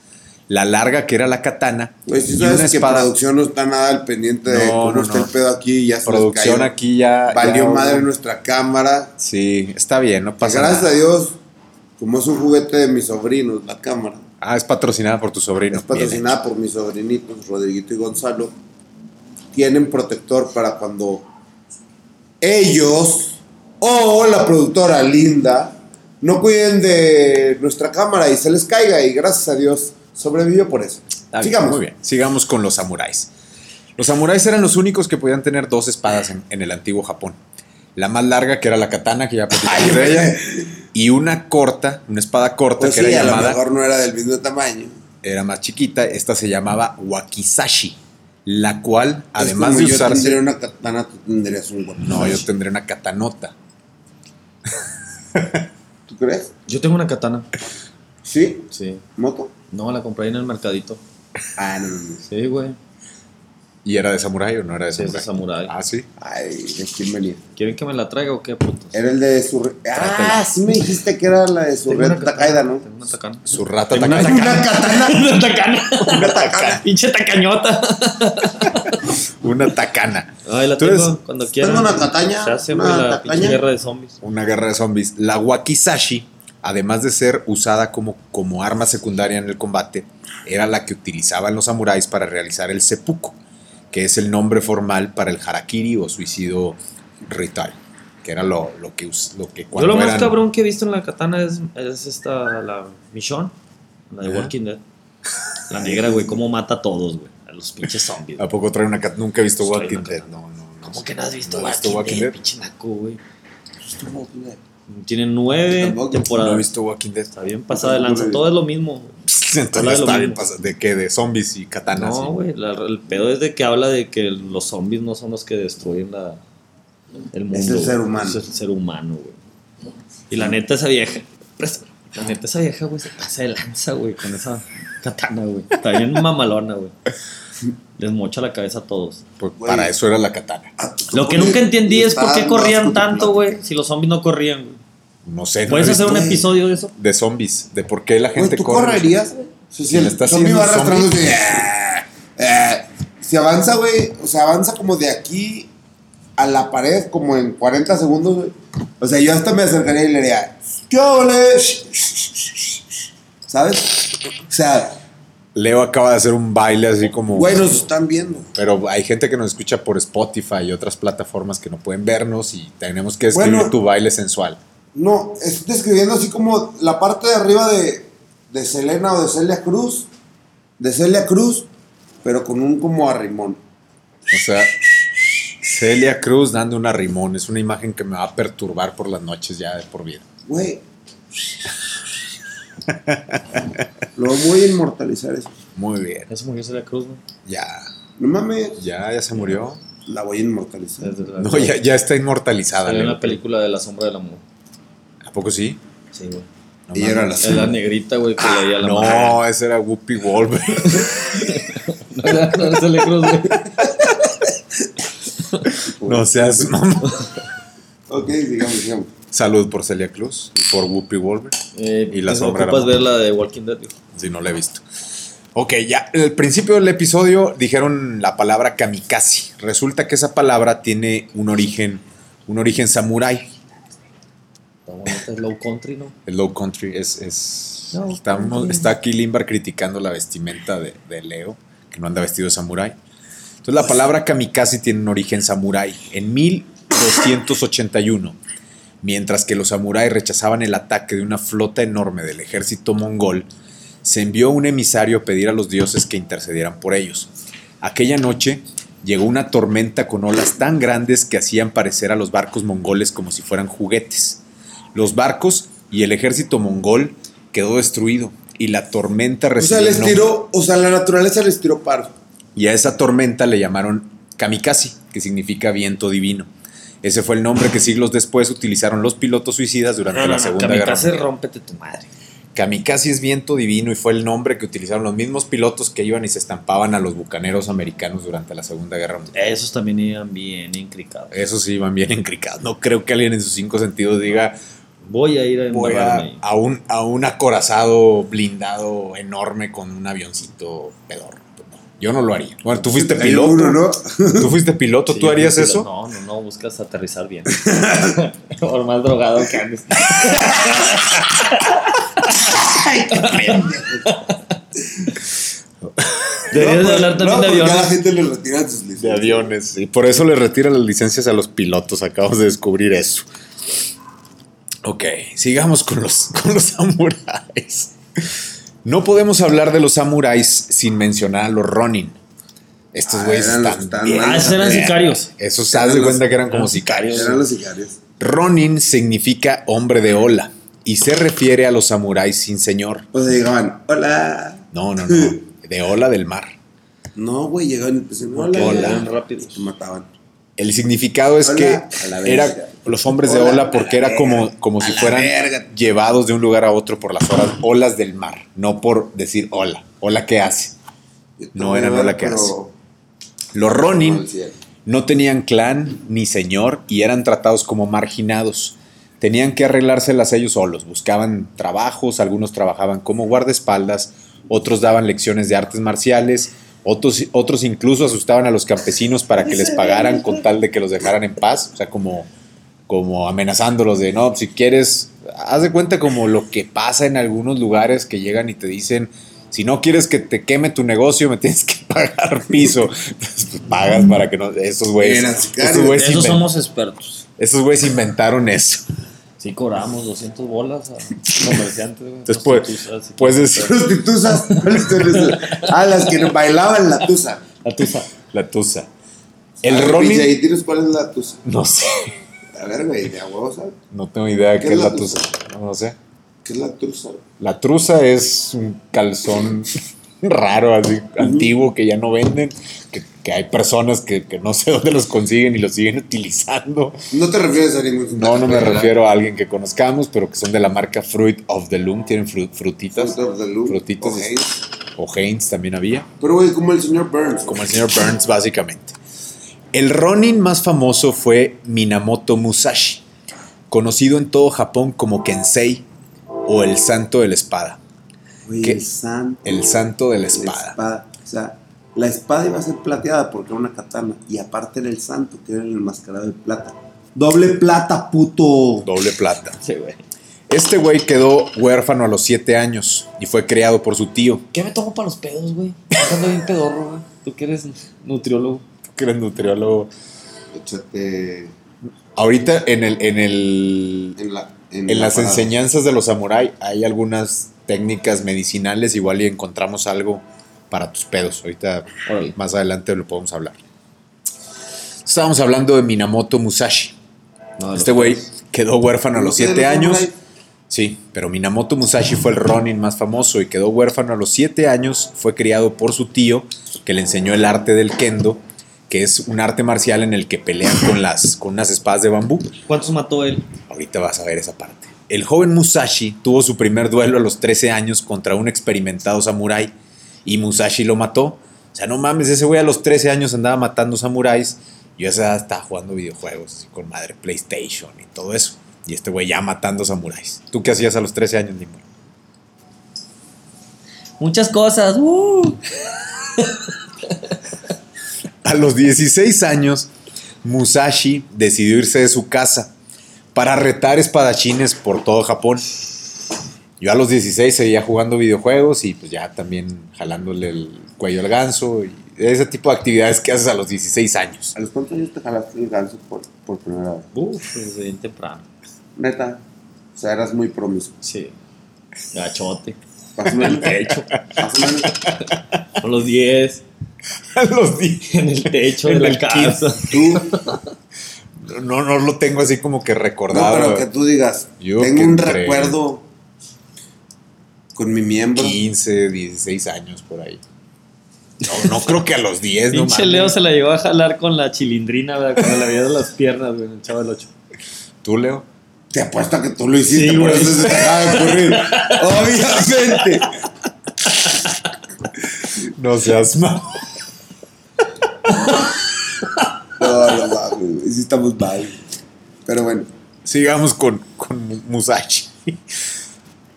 [SPEAKER 1] La larga, que era la katana,
[SPEAKER 2] Güey, si
[SPEAKER 1] y
[SPEAKER 2] Pues, sabes
[SPEAKER 1] una
[SPEAKER 2] que
[SPEAKER 1] espada.
[SPEAKER 2] producción no está nada al pendiente de
[SPEAKER 1] No,
[SPEAKER 2] cómo
[SPEAKER 1] no,
[SPEAKER 2] está
[SPEAKER 1] no.
[SPEAKER 2] el pedo aquí y ya se nos
[SPEAKER 1] Producción
[SPEAKER 2] cayó.
[SPEAKER 1] aquí ya.
[SPEAKER 2] Valió
[SPEAKER 1] ya-
[SPEAKER 2] madre nuestra cámara.
[SPEAKER 1] Sí, está bien, no pasa
[SPEAKER 2] Gracias
[SPEAKER 1] nada.
[SPEAKER 2] a Dios, como es un juguete de mis sobrinos, la cámara.
[SPEAKER 1] Ah, es patrocinada por tu sobrino.
[SPEAKER 2] Es patrocinada por mis sobrinitos, Rodriguito y Gonzalo. Tienen protector para cuando ellos o la productora Linda no cuiden de nuestra cámara y se les caiga. Y gracias a Dios sobrevivió por eso.
[SPEAKER 1] Ah, Está bien,
[SPEAKER 2] Sigamos.
[SPEAKER 1] Muy bien, sigamos con los samuráis. Los samuráis eran los únicos que podían tener dos espadas en, en el antiguo Japón. La más larga, que era la katana, que ya platicamos de ella, y una corta, una espada corta,
[SPEAKER 2] Pues
[SPEAKER 1] que
[SPEAKER 2] sí,
[SPEAKER 1] era
[SPEAKER 2] a lo
[SPEAKER 1] llamada
[SPEAKER 2] mejor no era del mismo tamaño.
[SPEAKER 1] era más chiquita, esta se llamaba wakizashi, la cual,
[SPEAKER 2] Es
[SPEAKER 1] además
[SPEAKER 2] como
[SPEAKER 1] de
[SPEAKER 2] yo
[SPEAKER 1] usarse...
[SPEAKER 2] Este tendría una katana, tú tendrías un guapo.
[SPEAKER 1] No, yo tendré una katanota.
[SPEAKER 2] ¿Tú crees?
[SPEAKER 3] Yo tengo una katana.
[SPEAKER 2] ¿Sí?
[SPEAKER 3] Sí.
[SPEAKER 2] ¿Moto?
[SPEAKER 3] No, la compré ahí en el mercadito.
[SPEAKER 2] Ah, no, no, no.
[SPEAKER 3] Sí, güey.
[SPEAKER 1] ¿Y era de samurái o no era de
[SPEAKER 3] Sí, es de
[SPEAKER 1] samurái?
[SPEAKER 3] samurái.
[SPEAKER 1] Ah, sí.
[SPEAKER 2] Ay, ¿de quién venía?
[SPEAKER 3] ¿Quieren que me la traiga o qué, putos?
[SPEAKER 2] Era el de su. Ah, sí me dijiste que era la de su
[SPEAKER 3] Tengo una
[SPEAKER 2] red Takaida, ¿no?
[SPEAKER 3] Tengo una katana.
[SPEAKER 1] Su rata
[SPEAKER 3] Tengo una
[SPEAKER 1] Takaya.
[SPEAKER 2] Una katana.
[SPEAKER 4] Una tacana.
[SPEAKER 2] Una tacana.
[SPEAKER 4] Pinche tacañota.
[SPEAKER 1] Una tacana.
[SPEAKER 3] Ay, la
[SPEAKER 1] Tú
[SPEAKER 3] tengo
[SPEAKER 1] eres-
[SPEAKER 3] cuando quieran.
[SPEAKER 2] una cataña,
[SPEAKER 3] Se hace,
[SPEAKER 2] una
[SPEAKER 3] güey, la
[SPEAKER 2] tacaña.
[SPEAKER 3] pinche guerra de zombies.
[SPEAKER 1] una guerra de zombies. La wakizashi, además de ser usada como, como arma secundaria en el combate, era la que utilizaban los samuráis para realizar el seppuku, que es el nombre formal para el harakiri o suicidio ritual, que era lo, lo que, us- lo que cuando
[SPEAKER 4] Yo lo más
[SPEAKER 1] eran-
[SPEAKER 4] cabrón que he visto en la katana es, es esta, la Michonne, la de
[SPEAKER 1] Ajá.
[SPEAKER 4] Walking Dead. La negra, güey, cómo mata a todos, güey. A los pinches zombies.
[SPEAKER 1] ¿A poco trae una cat? Nunca he visto
[SPEAKER 4] Trae
[SPEAKER 1] Walking
[SPEAKER 4] una
[SPEAKER 1] Dead.
[SPEAKER 4] cat-
[SPEAKER 1] No, no, no.
[SPEAKER 4] ¿Cómo que no has visto,
[SPEAKER 1] No he
[SPEAKER 4] Walking,
[SPEAKER 1] visto
[SPEAKER 4] Dead? Pinche naco, güey. Tiene
[SPEAKER 2] Yo
[SPEAKER 4] nueve
[SPEAKER 2] tampoco.
[SPEAKER 1] No he
[SPEAKER 4] temporadas.
[SPEAKER 1] visto Walking Dead.
[SPEAKER 4] Está bien pasada de
[SPEAKER 2] Yo tampoco
[SPEAKER 4] lanza.
[SPEAKER 2] lo he
[SPEAKER 4] Todo es lo mismo. güey. Habla
[SPEAKER 1] Entonces
[SPEAKER 4] de lo
[SPEAKER 1] está bien
[SPEAKER 4] mismo.
[SPEAKER 1] pasado. ¿De qué? De zombies y
[SPEAKER 2] Ah,
[SPEAKER 1] katanas.
[SPEAKER 4] No,
[SPEAKER 1] y-
[SPEAKER 4] güey. la- El pedo es de que habla de que los zombies no son los que destruyen la, el mundo.
[SPEAKER 2] Es el
[SPEAKER 4] güey.
[SPEAKER 2] ser humano.
[SPEAKER 4] Es el ser humano, güey. Y la neta, esa vieja. préstame, La neta, esa vieja, güey, se pasa de lanza, güey, con esa katana, güey. Está bien mamalona, güey. Les mocha la cabeza a todos.
[SPEAKER 1] Pues
[SPEAKER 2] Güey.
[SPEAKER 1] para eso era la katana.
[SPEAKER 4] Lo que nunca entendí es por qué corrían tanto, güey, si los zombies no corrían, güey.
[SPEAKER 1] No sé. no
[SPEAKER 4] ¿Puedes
[SPEAKER 1] he
[SPEAKER 4] hacer un
[SPEAKER 1] visto-
[SPEAKER 2] güey.
[SPEAKER 4] episodio de eso?
[SPEAKER 1] De zombies. De por qué la
[SPEAKER 2] Güey,
[SPEAKER 1] gente
[SPEAKER 2] ¿tú
[SPEAKER 1] corre.
[SPEAKER 2] correrías, güey? O
[SPEAKER 1] Si
[SPEAKER 2] sea, Si
[SPEAKER 1] le
[SPEAKER 2] el
[SPEAKER 1] estás
[SPEAKER 2] zombie va
[SPEAKER 1] haciendo un
[SPEAKER 2] arrastrando
[SPEAKER 1] zombie.
[SPEAKER 2] de. eh". Si avanza, güey. O sea, avanza como de aquí a la pared, como en 40 segundos, güey. O sea, yo hasta me acercaría y le diría, ¿qué ole? ¿Sabes? O sea,
[SPEAKER 1] Leo acaba de hacer un baile así como.
[SPEAKER 2] güey, nos están viendo.
[SPEAKER 1] Pero hay gente que nos escucha por Spotify y otras plataformas que no pueden vernos y tenemos que escribir
[SPEAKER 2] Bueno.
[SPEAKER 1] tu baile sensual.
[SPEAKER 2] No, estoy describiendo así como la parte de arriba de, de Selena o de Celia Cruz. De Celia Cruz, pero con un como arrimón.
[SPEAKER 1] O sea, Celia Cruz dando una rimón. Es una imagen que me va a perturbar por las noches ya de por vida.
[SPEAKER 2] Güey. Lo voy a inmortalizar eso.
[SPEAKER 1] Muy bien.
[SPEAKER 4] Eso murió Celia Cruz, güey.
[SPEAKER 1] Ya,
[SPEAKER 2] No mames.
[SPEAKER 1] ya, ya se murió.
[SPEAKER 2] La voy a inmortalizar.
[SPEAKER 4] Desde la-
[SPEAKER 1] No, ya, ya está inmortalizada.
[SPEAKER 4] Salió en
[SPEAKER 1] Leo.
[SPEAKER 4] la película de La Sombra del Amor.
[SPEAKER 1] ¿A poco sí?
[SPEAKER 4] Sí, güey.
[SPEAKER 1] No,
[SPEAKER 2] Ella era
[SPEAKER 1] mames.
[SPEAKER 2] la-
[SPEAKER 4] Es la negrita, güey, que
[SPEAKER 2] Ah,
[SPEAKER 4] leía la mano.
[SPEAKER 1] No, esa era Whoopi Goldberg.
[SPEAKER 4] No, era- no era Celia Cruz, güey.
[SPEAKER 1] No seas mamá.
[SPEAKER 2] Ok, digamos, digamos.
[SPEAKER 1] Salud por Celia Cruz y por Whoopi Goldberg.
[SPEAKER 4] Eh,
[SPEAKER 1] Y la
[SPEAKER 4] pues,
[SPEAKER 1] sombra
[SPEAKER 4] Ocupas
[SPEAKER 1] era-
[SPEAKER 4] ver la de Walking Dead, güey.
[SPEAKER 1] Si no la he visto. Ok, ya al principio del episodio dijeron la palabra kamikaze. Resulta que esa palabra tiene un origen, un origen samurái.
[SPEAKER 4] Está bonita, es low country, ¿no?
[SPEAKER 1] El low country es... es-
[SPEAKER 4] No,
[SPEAKER 1] estamos-
[SPEAKER 4] country.
[SPEAKER 1] está aquí Limbar criticando la vestimenta de, de Leo, que no anda vestido de samurái. Entonces la palabra kamikaze tiene un origen samurái. En 1281, mientras que los samuráis rechazaban el ataque de una flota enorme del ejército mongol, se envió un emisario a pedir a los dioses que intercedieran por ellos. Aquella noche llegó una tormenta con olas tan grandes que hacían parecer a los barcos mongoles como si fueran juguetes. Los barcos y el ejército mongol quedó destruido y la tormenta
[SPEAKER 2] O
[SPEAKER 1] recibió
[SPEAKER 2] sea, les
[SPEAKER 1] el nombre-
[SPEAKER 2] tiró, o sea, la naturaleza les tiró paro.
[SPEAKER 1] y a esa tormenta le llamaron kamikaze, que significa viento divino. Ese fue el nombre que siglos después utilizaron los pilotos suicidas durante la Segunda Guerra
[SPEAKER 4] Ah, Kamikaze,
[SPEAKER 1] Mundial.
[SPEAKER 4] rómpete tu madre.
[SPEAKER 1] Kamikaze es viento divino y fue el nombre que utilizaron los mismos pilotos que iban y se estampaban a los bucaneros americanos durante la Segunda Guerra Mundial.
[SPEAKER 4] Esos también iban bien incricados.
[SPEAKER 1] Esos sí iban bien encricados. No creo que alguien en sus cinco sentidos diga
[SPEAKER 4] Voy a ir a
[SPEAKER 1] voy
[SPEAKER 4] embarrarme
[SPEAKER 1] a,
[SPEAKER 4] ahí.
[SPEAKER 1] a un, a un acorazado blindado enorme con un avioncito pedor. Yo no lo haría. Bueno, tú fuiste
[SPEAKER 2] Hay
[SPEAKER 1] piloto.
[SPEAKER 2] uno, ¿no?
[SPEAKER 1] ¿Tú fuiste piloto?
[SPEAKER 4] Sí,
[SPEAKER 1] ¿Tú harías
[SPEAKER 4] tranquilo.
[SPEAKER 1] eso?
[SPEAKER 4] No, no, no, buscas aterrizar bien. Por más drogado que andes. Deberías de
[SPEAKER 2] No,
[SPEAKER 4] hablar
[SPEAKER 2] no,
[SPEAKER 4] también de
[SPEAKER 2] porque a la
[SPEAKER 4] aviones.
[SPEAKER 2] gente le retiran sus
[SPEAKER 1] de
[SPEAKER 2] licencias.
[SPEAKER 1] aviones. Y por eso le retiran las licencias a los pilotos. Acabamos de descubrir eso. Ok, sigamos con los, con los samuráis. No podemos hablar de los samuráis sin mencionar a los Ronin. Estos
[SPEAKER 2] Ah,
[SPEAKER 1] güeyes
[SPEAKER 2] eran los
[SPEAKER 1] están
[SPEAKER 2] que estaban
[SPEAKER 1] bien. ¿eh?
[SPEAKER 4] Ah, esos eran sicarios.
[SPEAKER 1] Esos se de
[SPEAKER 2] los-
[SPEAKER 1] cuenta que eran como
[SPEAKER 4] eran
[SPEAKER 1] sicarios.
[SPEAKER 2] Eran los sicarios.
[SPEAKER 1] Ronin significa hombre de ola y se refiere a los samuráis sin señor.
[SPEAKER 2] O sea, llegaban, hola.
[SPEAKER 1] No, no, no. De ola del mar.
[SPEAKER 2] No, güey, llegaban y pues, empezaron, hola.
[SPEAKER 1] Hola.
[SPEAKER 4] Eran rápidos.
[SPEAKER 2] Y te mataban.
[SPEAKER 1] El significado es
[SPEAKER 2] Hola, a la
[SPEAKER 1] que
[SPEAKER 2] verga.
[SPEAKER 1] era los hombres de
[SPEAKER 2] Hola,
[SPEAKER 1] ola
[SPEAKER 2] a
[SPEAKER 1] porque
[SPEAKER 2] la
[SPEAKER 1] era como,
[SPEAKER 2] verga,
[SPEAKER 1] como
[SPEAKER 2] a
[SPEAKER 1] si
[SPEAKER 2] la
[SPEAKER 1] fueran
[SPEAKER 2] verga.
[SPEAKER 1] llevados de un lugar a otro por las horas, olas del mar, no por decir hola. Hola, ¿qué hace?
[SPEAKER 2] Yo te
[SPEAKER 1] No,
[SPEAKER 2] voy a
[SPEAKER 1] eran
[SPEAKER 2] llevar,
[SPEAKER 1] hola que
[SPEAKER 2] pero-
[SPEAKER 1] hace. Los
[SPEAKER 2] No,
[SPEAKER 1] Ronin
[SPEAKER 2] al cielo.
[SPEAKER 1] no tenían clan ni señor y eran tratados como marginados. Tenían que arreglárselas ellos solos, buscaban trabajos, algunos trabajaban como guardaespaldas, otros daban lecciones de artes marciales, otros, otros incluso asustaban a los campesinos para que les pagaran con tal de que los dejaran en paz, o sea, como, como amenazándolos de, no, si quieres, haz de cuenta como lo que pasa en algunos lugares que llegan y te dicen, si no quieres que te queme tu negocio, me tienes que pagar piso. Pues, Pagas para que no... Esos güeyes...
[SPEAKER 2] Eran sicarios.
[SPEAKER 1] Esos güeyes,
[SPEAKER 4] Esos
[SPEAKER 1] inven-
[SPEAKER 4] somos expertos.
[SPEAKER 1] esos güeyes inventaron eso.
[SPEAKER 4] Sí, cobramos 200 bolas a comerciantes. güey.
[SPEAKER 1] Entonces, pues,
[SPEAKER 4] Prostitutas, sí.
[SPEAKER 1] Pues es
[SPEAKER 2] Los tituzas. ¿cuáles son esas? Ah, las que bailaban la tusa.
[SPEAKER 4] La tusa.
[SPEAKER 1] la tusa. El
[SPEAKER 2] A ver,
[SPEAKER 1] Ronin...
[SPEAKER 2] pinche, ahí tienes cuál es la tusa.
[SPEAKER 1] No sé.
[SPEAKER 2] A ver, güey, de a huevo, ¿sabes?
[SPEAKER 1] No tengo idea de qué, es la tusa. No, no sé.
[SPEAKER 2] ¿Qué es la tusa?
[SPEAKER 1] La trusa es un calzón raro, así, antiguo, que ya no venden, que, que hay personas que, que no sé dónde los consiguen y los siguen utilizando.
[SPEAKER 2] No te refieres a ningún.
[SPEAKER 1] No, no me
[SPEAKER 2] ¿verdad?
[SPEAKER 1] refiero a alguien que conozcamos, pero que son de la marca Fruit of the Loom, tienen fru- frutitas,
[SPEAKER 2] Fruit of the Loom,
[SPEAKER 1] Frutitas.
[SPEAKER 2] ok.
[SPEAKER 1] o Heinz también había,
[SPEAKER 2] Pero, güey, como el señor Burns.
[SPEAKER 1] como el señor Burns básicamente. El Ronin más famoso fue Minamoto Musashi, conocido en todo Japón como Kensei o el Santo de la Espada.
[SPEAKER 2] Güey,
[SPEAKER 1] ¿Qué?
[SPEAKER 2] el santo.
[SPEAKER 1] El Santo de la
[SPEAKER 2] La
[SPEAKER 1] Espada.
[SPEAKER 2] espada. O sea, la espada iba a ser plateada porque era una katana. Y aparte era el santo, que era el enmascarado de plata. Doble plata, puto.
[SPEAKER 1] Doble plata.
[SPEAKER 4] Sí, güey.
[SPEAKER 1] Este güey quedó huérfano a los 7 años y fue criado por su tío,
[SPEAKER 4] ¿Qué me tomo para los pedos, güey? Estando bien pedorro, güey. Tú que eres nutriólogo.
[SPEAKER 1] que era nutriólogo.
[SPEAKER 2] Échate
[SPEAKER 1] Ahorita en el, en el
[SPEAKER 2] en la.
[SPEAKER 1] en
[SPEAKER 2] la
[SPEAKER 1] las
[SPEAKER 2] parada.
[SPEAKER 1] enseñanzas de los samuráis hay algunas técnicas medicinales, igual y encontramos algo para tus pedos. Ahorita
[SPEAKER 4] Órale.
[SPEAKER 1] más adelante lo podemos hablar. Estábamos hablando de Minamoto Musashi.
[SPEAKER 4] No, de los
[SPEAKER 1] Este güey
[SPEAKER 4] pedos.
[SPEAKER 1] quedó huérfano a los
[SPEAKER 2] ¿Ustedes
[SPEAKER 1] 7
[SPEAKER 2] no
[SPEAKER 1] años.
[SPEAKER 2] saben?
[SPEAKER 1] Sí, pero Minamoto Musashi fue el Ronin más famoso y quedó huérfano a los 7 años. Fue criado por su tío, que le enseñó el arte del kendo, que es un arte marcial en el que pelean con, las, con unas espadas de bambú.
[SPEAKER 4] ¿Cuántos mató él?
[SPEAKER 1] Ahorita vas a ver esa parte. El joven Musashi tuvo su primer duelo a los 13 años contra un experimentado samurái y Musashi lo mató. O sea, no mames, ese güey a los 13 años andaba matando samuráis. Yo a esa edad estaba jugando videojuegos así con madre PlayStation y todo eso. Y este güey ya matando samuráis. ¿Tú qué hacías a los 13 años, Nimoy?
[SPEAKER 4] Muchas cosas. ¡uh!
[SPEAKER 1] A los 16 años, Musashi decidió irse de su casa para retar espadachines por todo Japón. Yo a los 16 seguía jugando videojuegos y pues ya también jalándole el cuello al ganso y ese tipo de actividades que haces a los 16 años.
[SPEAKER 2] ¿A los cuántos años te jalaste el ganso por, por primera vez?
[SPEAKER 4] Uf, desde bien temprano.
[SPEAKER 2] Neta. O sea, eras muy promiscuo.
[SPEAKER 4] Sí. Gachote.
[SPEAKER 2] Pásame el techo. Pásame el
[SPEAKER 4] A los 10.
[SPEAKER 1] A los 10.
[SPEAKER 4] En el techo
[SPEAKER 1] En
[SPEAKER 4] de
[SPEAKER 1] el
[SPEAKER 4] la casa.
[SPEAKER 2] Tú,
[SPEAKER 1] No, no lo tengo así como que
[SPEAKER 2] no,
[SPEAKER 1] recordado.
[SPEAKER 2] pero que tú digas,
[SPEAKER 1] Yo
[SPEAKER 2] tengo
[SPEAKER 1] que
[SPEAKER 2] un
[SPEAKER 1] entré.
[SPEAKER 2] recuerdo con mi miembro.
[SPEAKER 1] 15, 16 años por ahí. No, no creo que a los 10, no
[SPEAKER 4] Pinche
[SPEAKER 1] mames.
[SPEAKER 4] Leo se la llevó a jalar con la chilindrina, ¿verdad? Cuando la veía de las piernas, güey, en el chavo del 8.
[SPEAKER 1] ¿Tú, Leo?
[SPEAKER 2] Te apuesto a que tú lo hiciste,
[SPEAKER 4] Sí,
[SPEAKER 2] por
[SPEAKER 4] güey.
[SPEAKER 2] eso se te acaba de ocurrir. Obviamente.
[SPEAKER 1] No seas mal.
[SPEAKER 2] No, no mames, güey, sí estamos mal. Pero bueno,
[SPEAKER 1] Sigamos con, con Mu- Musashi.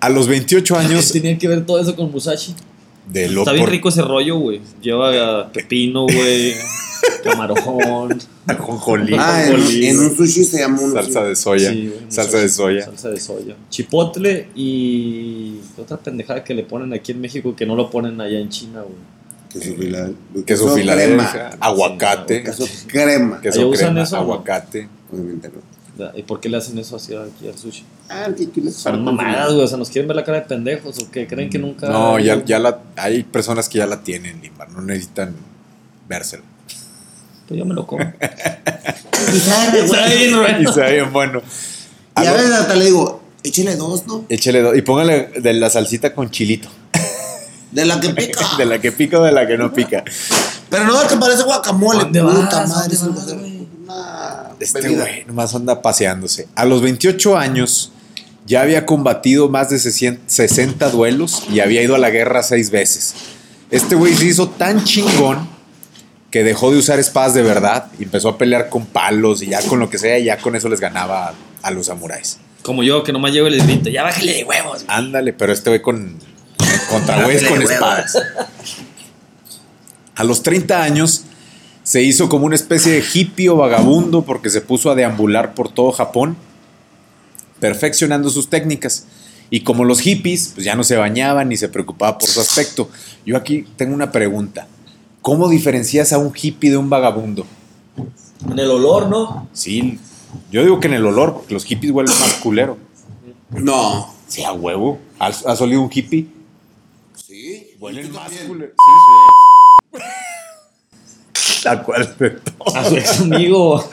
[SPEAKER 1] A los 28 años
[SPEAKER 4] Tenía que ver todo eso con Musashi.
[SPEAKER 1] de lo
[SPEAKER 4] Está bien
[SPEAKER 1] por-
[SPEAKER 4] rico ese rollo, güey. Lleva eh, pepino, güey. Camarón.
[SPEAKER 1] ajonjolí,
[SPEAKER 2] ah, en,
[SPEAKER 4] bolillo.
[SPEAKER 2] en un sushi se llama un
[SPEAKER 1] salsa de soya,
[SPEAKER 4] Sí, güey,
[SPEAKER 1] salsa
[SPEAKER 4] musashi,
[SPEAKER 1] de soya.
[SPEAKER 4] Salsa de soya. Chipotle y otra pendejada que le ponen aquí en México que no lo ponen allá en China, güey.
[SPEAKER 2] queso fila-
[SPEAKER 1] Queso Filadelfia,
[SPEAKER 4] Sí,
[SPEAKER 1] aguacate,
[SPEAKER 2] Queso crema.
[SPEAKER 1] queso
[SPEAKER 4] ¿Allá usan
[SPEAKER 1] crema,
[SPEAKER 4] eso o no?
[SPEAKER 1] aguacate.
[SPEAKER 2] Obviamente no.
[SPEAKER 4] Ya, ¿Y por qué le hacen eso así aquí al sushi?
[SPEAKER 2] Ah, ¿qué quieres?
[SPEAKER 4] Son mamadas, güey. O sea, nos quieren ver la cara de pendejos o que creen que nunca.
[SPEAKER 1] Mm, No, ya, ya la, hay personas que ya la tienen, Limbar, no necesitan vérselo.
[SPEAKER 4] Pues yo me lo como.
[SPEAKER 2] Y sabe, güey.
[SPEAKER 4] Está bien, güey.
[SPEAKER 1] Y está bien bueno. A
[SPEAKER 2] Y a
[SPEAKER 1] lo-
[SPEAKER 2] veces hasta le digo, échale dos, ¿no?
[SPEAKER 1] Échele dos- y póngale de la salsita con chilito,
[SPEAKER 2] De la que pica.
[SPEAKER 1] de la que pica o de la que no pica.
[SPEAKER 2] Pero no, te parece guacamole.
[SPEAKER 4] ¿Dónde
[SPEAKER 2] Puta
[SPEAKER 4] vas?
[SPEAKER 2] madre,
[SPEAKER 4] ¿Dónde
[SPEAKER 2] es un
[SPEAKER 4] vas,
[SPEAKER 2] guacamole.
[SPEAKER 4] güey?
[SPEAKER 2] Una
[SPEAKER 1] Este
[SPEAKER 2] bebida.
[SPEAKER 1] güey nomás anda paseándose. A los 28 años ya había combatido más de 60 duelos y había ido a la guerra seis veces. Este güey se hizo tan chingón que dejó de usar espadas de verdad y empezó a pelear con palos y ya con lo que sea, y ya con eso les ganaba a, a los samuráis.
[SPEAKER 4] Como yo, que nomás llego y les grito, ya bájale de huevos. güey".
[SPEAKER 1] Ándale, pero este güey con contra güeyes con espadas. A los 30 años se hizo como una especie de hippie o vagabundo porque se puso a deambular por todo Japón, perfeccionando sus técnicas. Y como los hippies, pues ya no se bañaban ni se preocupaba por su aspecto. Yo aquí tengo una pregunta. ¿Cómo diferencias a un hippie de un vagabundo?
[SPEAKER 4] En el olor, ¿no?
[SPEAKER 1] Sí, yo digo que en el olor, porque los hippies huelen más culero.
[SPEAKER 2] No.
[SPEAKER 1] Sí, a huevo. ¿Has, has olido un hippie?
[SPEAKER 2] Sí.
[SPEAKER 1] Huelen más
[SPEAKER 2] también.
[SPEAKER 1] culero. Tal cual de todo.
[SPEAKER 4] A su ex amigo.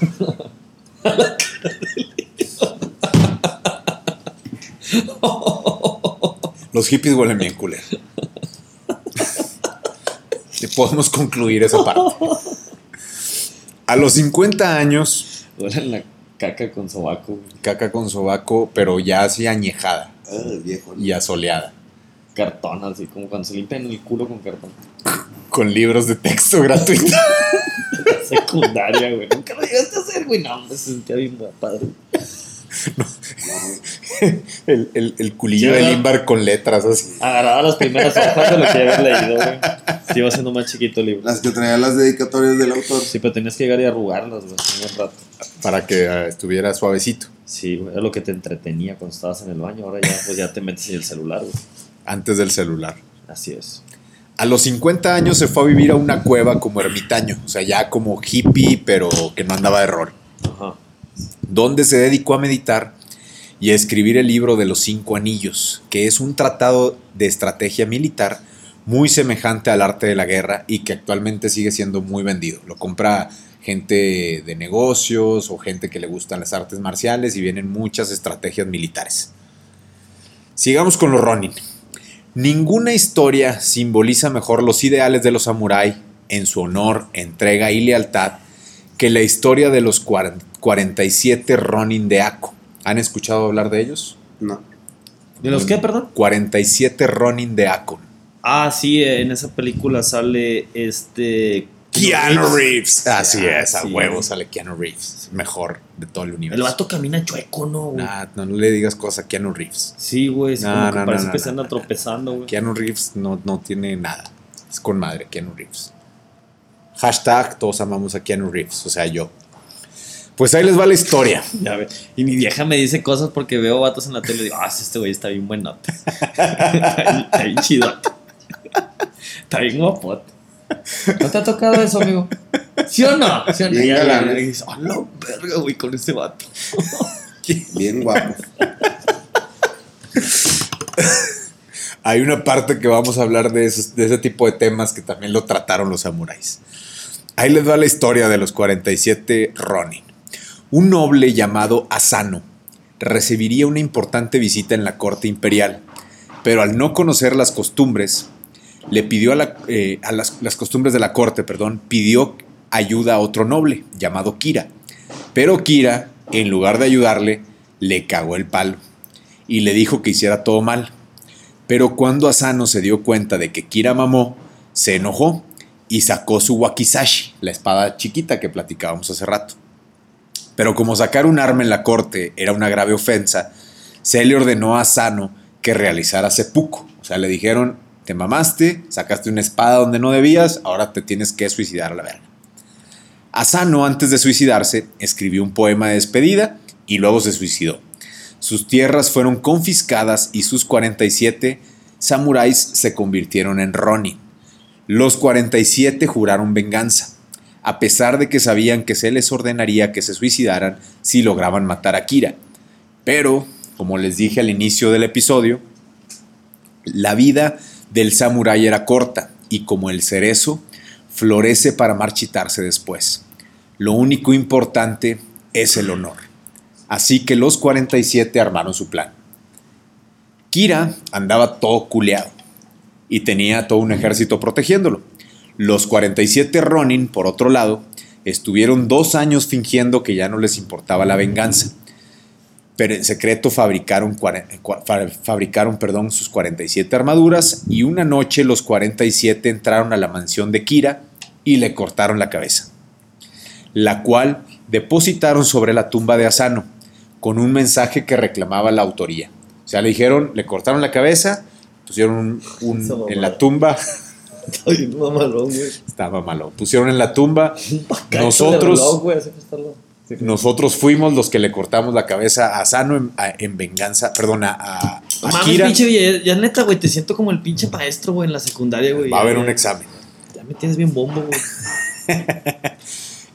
[SPEAKER 1] Los hippies huelen bien culero. Y Podemos concluir esa parte. A los 50 años,
[SPEAKER 4] Huelen la caca con sobaco, güey.
[SPEAKER 1] caca con sobaco, pero ya así añejada
[SPEAKER 2] Ah, viejo.
[SPEAKER 1] y asoleada.
[SPEAKER 4] cartón, así como cuando se limpian el culo con cartón.
[SPEAKER 1] Con libros de texto gratuito.
[SPEAKER 4] Secundaria, güey. Nunca lo llegaste a hacer, güey. No, me sentía bien güey, padre.
[SPEAKER 1] El, el- el culillo de
[SPEAKER 4] Sí, ¿verdad?
[SPEAKER 1] Limbar con letras así.
[SPEAKER 4] Agarraba las primeras hojas de lo que habías leído, güey. Se iba haciendo más chiquito el libro.
[SPEAKER 2] Las que traía las dedicatorias del autor.
[SPEAKER 4] Sí, pero tenías que llegar y arrugarlas, güey, un buen rato.
[SPEAKER 1] Para que eh, estuviera suavecito.
[SPEAKER 4] Sí, güey, era lo que te entretenía cuando estabas en el baño. Ahora ya, pues ya te metes en el celular, güey.
[SPEAKER 1] Antes del celular.
[SPEAKER 4] Así es.
[SPEAKER 1] A los 50 años se fue a vivir a una cueva como ermitaño. O sea, ya como hippie, pero que no andaba de rol.
[SPEAKER 4] Ajá.
[SPEAKER 1] donde se dedicó a meditar y a escribir el libro de los cinco anillos, que es un tratado de estrategia militar muy semejante al arte de la guerra y que actualmente sigue siendo muy vendido. Lo compra gente de negocios o gente que le gustan las artes marciales y vienen muchas estrategias militares. Sigamos con los Ronin. Ninguna historia simboliza mejor los ideales de los samurái en su honor, entrega y lealtad que la historia de los cuaren- 47 Ronin de Ako. ¿Han escuchado hablar de ellos?
[SPEAKER 2] No.
[SPEAKER 4] ¿De los qué, perdón?
[SPEAKER 1] 47 Ronin de Ako.
[SPEAKER 4] Ah, sí, en esa película sale este
[SPEAKER 1] Keanu Reeves. Así
[SPEAKER 4] Ah,
[SPEAKER 1] es, a
[SPEAKER 4] sí.
[SPEAKER 1] huevo sale Keanu Reeves. Mejor de todo el
[SPEAKER 4] El
[SPEAKER 1] universo.
[SPEAKER 4] vato camina chueco, ¿no, güey?
[SPEAKER 1] Nah, no, no le digas cosa a Keanu Reeves.
[SPEAKER 4] Sí, güey, es
[SPEAKER 1] No,
[SPEAKER 4] como que
[SPEAKER 1] no, no,
[SPEAKER 4] parece
[SPEAKER 1] no,
[SPEAKER 4] que
[SPEAKER 1] no,
[SPEAKER 4] se anda
[SPEAKER 1] no.
[SPEAKER 4] tropezando, güey.
[SPEAKER 1] Keanu Reeves no, no tiene nada. Es con madre, Keanu Reeves. Hashtag, todos amamos a Keanu Reeves, o sea, yo. Pues ahí les va la historia.
[SPEAKER 4] Ya ve. Y mi vieja me dice cosas porque veo vatos en la tele y digo, ah, sí, este güey está bien buenote. está, bien- está bien chidote. Está bien guapote. ¿No te ha tocado eso, amigo? ¿Sí o no? ¿Sí o no?
[SPEAKER 2] Bien
[SPEAKER 4] Y ella
[SPEAKER 2] galán,
[SPEAKER 4] me
[SPEAKER 2] ¿eh?
[SPEAKER 4] dice, "A la verga, güey, con ese vato.
[SPEAKER 2] Bien guapo.
[SPEAKER 1] Hay una parte que vamos a hablar de, esos- de ese tipo de temas que también lo trataron los samuráis. Ahí les va la historia de los 47 Ronin. Un noble llamado Asano recibiría una importante visita en la corte imperial, pero al no conocer las costumbres, le pidió a, la- eh, a las, las costumbres de la corte, perdón, pidió ayuda a otro noble llamado Kira. Pero Kira, en lugar de ayudarle, le cagó el palo y le dijo que hiciera todo mal. Pero cuando Asano se dio cuenta de que Kira mamó, se enojó y sacó su wakizashi, la espada chiquita que platicábamos hace rato. Pero como sacar un arma en la corte era una grave ofensa, se le ordenó a Asano que realizara seppuku. O sea, le dijeron, te mamaste, sacaste una espada donde no debías, ahora te tienes que suicidar a la verga. Asano, antes de suicidarse, escribió un poema de despedida y luego se suicidó. Sus tierras fueron confiscadas y sus 47 samuráis se convirtieron en Ronin. Los 47 juraron venganza, a pesar de que sabían que se les ordenaría que se suicidaran si lograban matar a Kira. Pero, como les dije al inicio del episodio, la vida del samurái era corta y como el cerezo, florece para marchitarse después. Lo único importante es el honor. Así que los 47 armaron su plan. Kira andaba todo culeado y tenía todo un ejército protegiéndolo. Los 47 Ronin, por otro lado, estuvieron dos años fingiendo que ya no les importaba la venganza, pero en secreto fabricaron, cuare- cua- fa- fabricaron perdón, sus 47 armaduras y una noche los 47 entraron a la mansión de Kira y le cortaron la cabeza, la cual depositaron sobre la tumba de Asano con un mensaje que reclamaba la autoría. O sea, le dijeron, le cortaron la cabeza, pusieron un- un-
[SPEAKER 3] Esa mamada.
[SPEAKER 1] en la tumba
[SPEAKER 3] Está bien mamalón, güey.
[SPEAKER 1] estaba malo. Pusieron en la tumba.
[SPEAKER 3] Cacho
[SPEAKER 1] Nosotros-
[SPEAKER 3] de reloj, güey, así que está lo- Sí.
[SPEAKER 1] Nosotros fuimos los que le cortamos la cabeza a Sano en, a- en venganza. Perdón, a, a, a
[SPEAKER 4] Mames,
[SPEAKER 1] Kira.
[SPEAKER 4] pinche, Villa- ya, neta, güey, te siento como el pinche maestro, güey, en la secundaria, güey.
[SPEAKER 1] Va a
[SPEAKER 4] Ya-
[SPEAKER 1] haber
[SPEAKER 4] ya-
[SPEAKER 1] un examen.
[SPEAKER 4] Ya me tienes bien bombo, güey.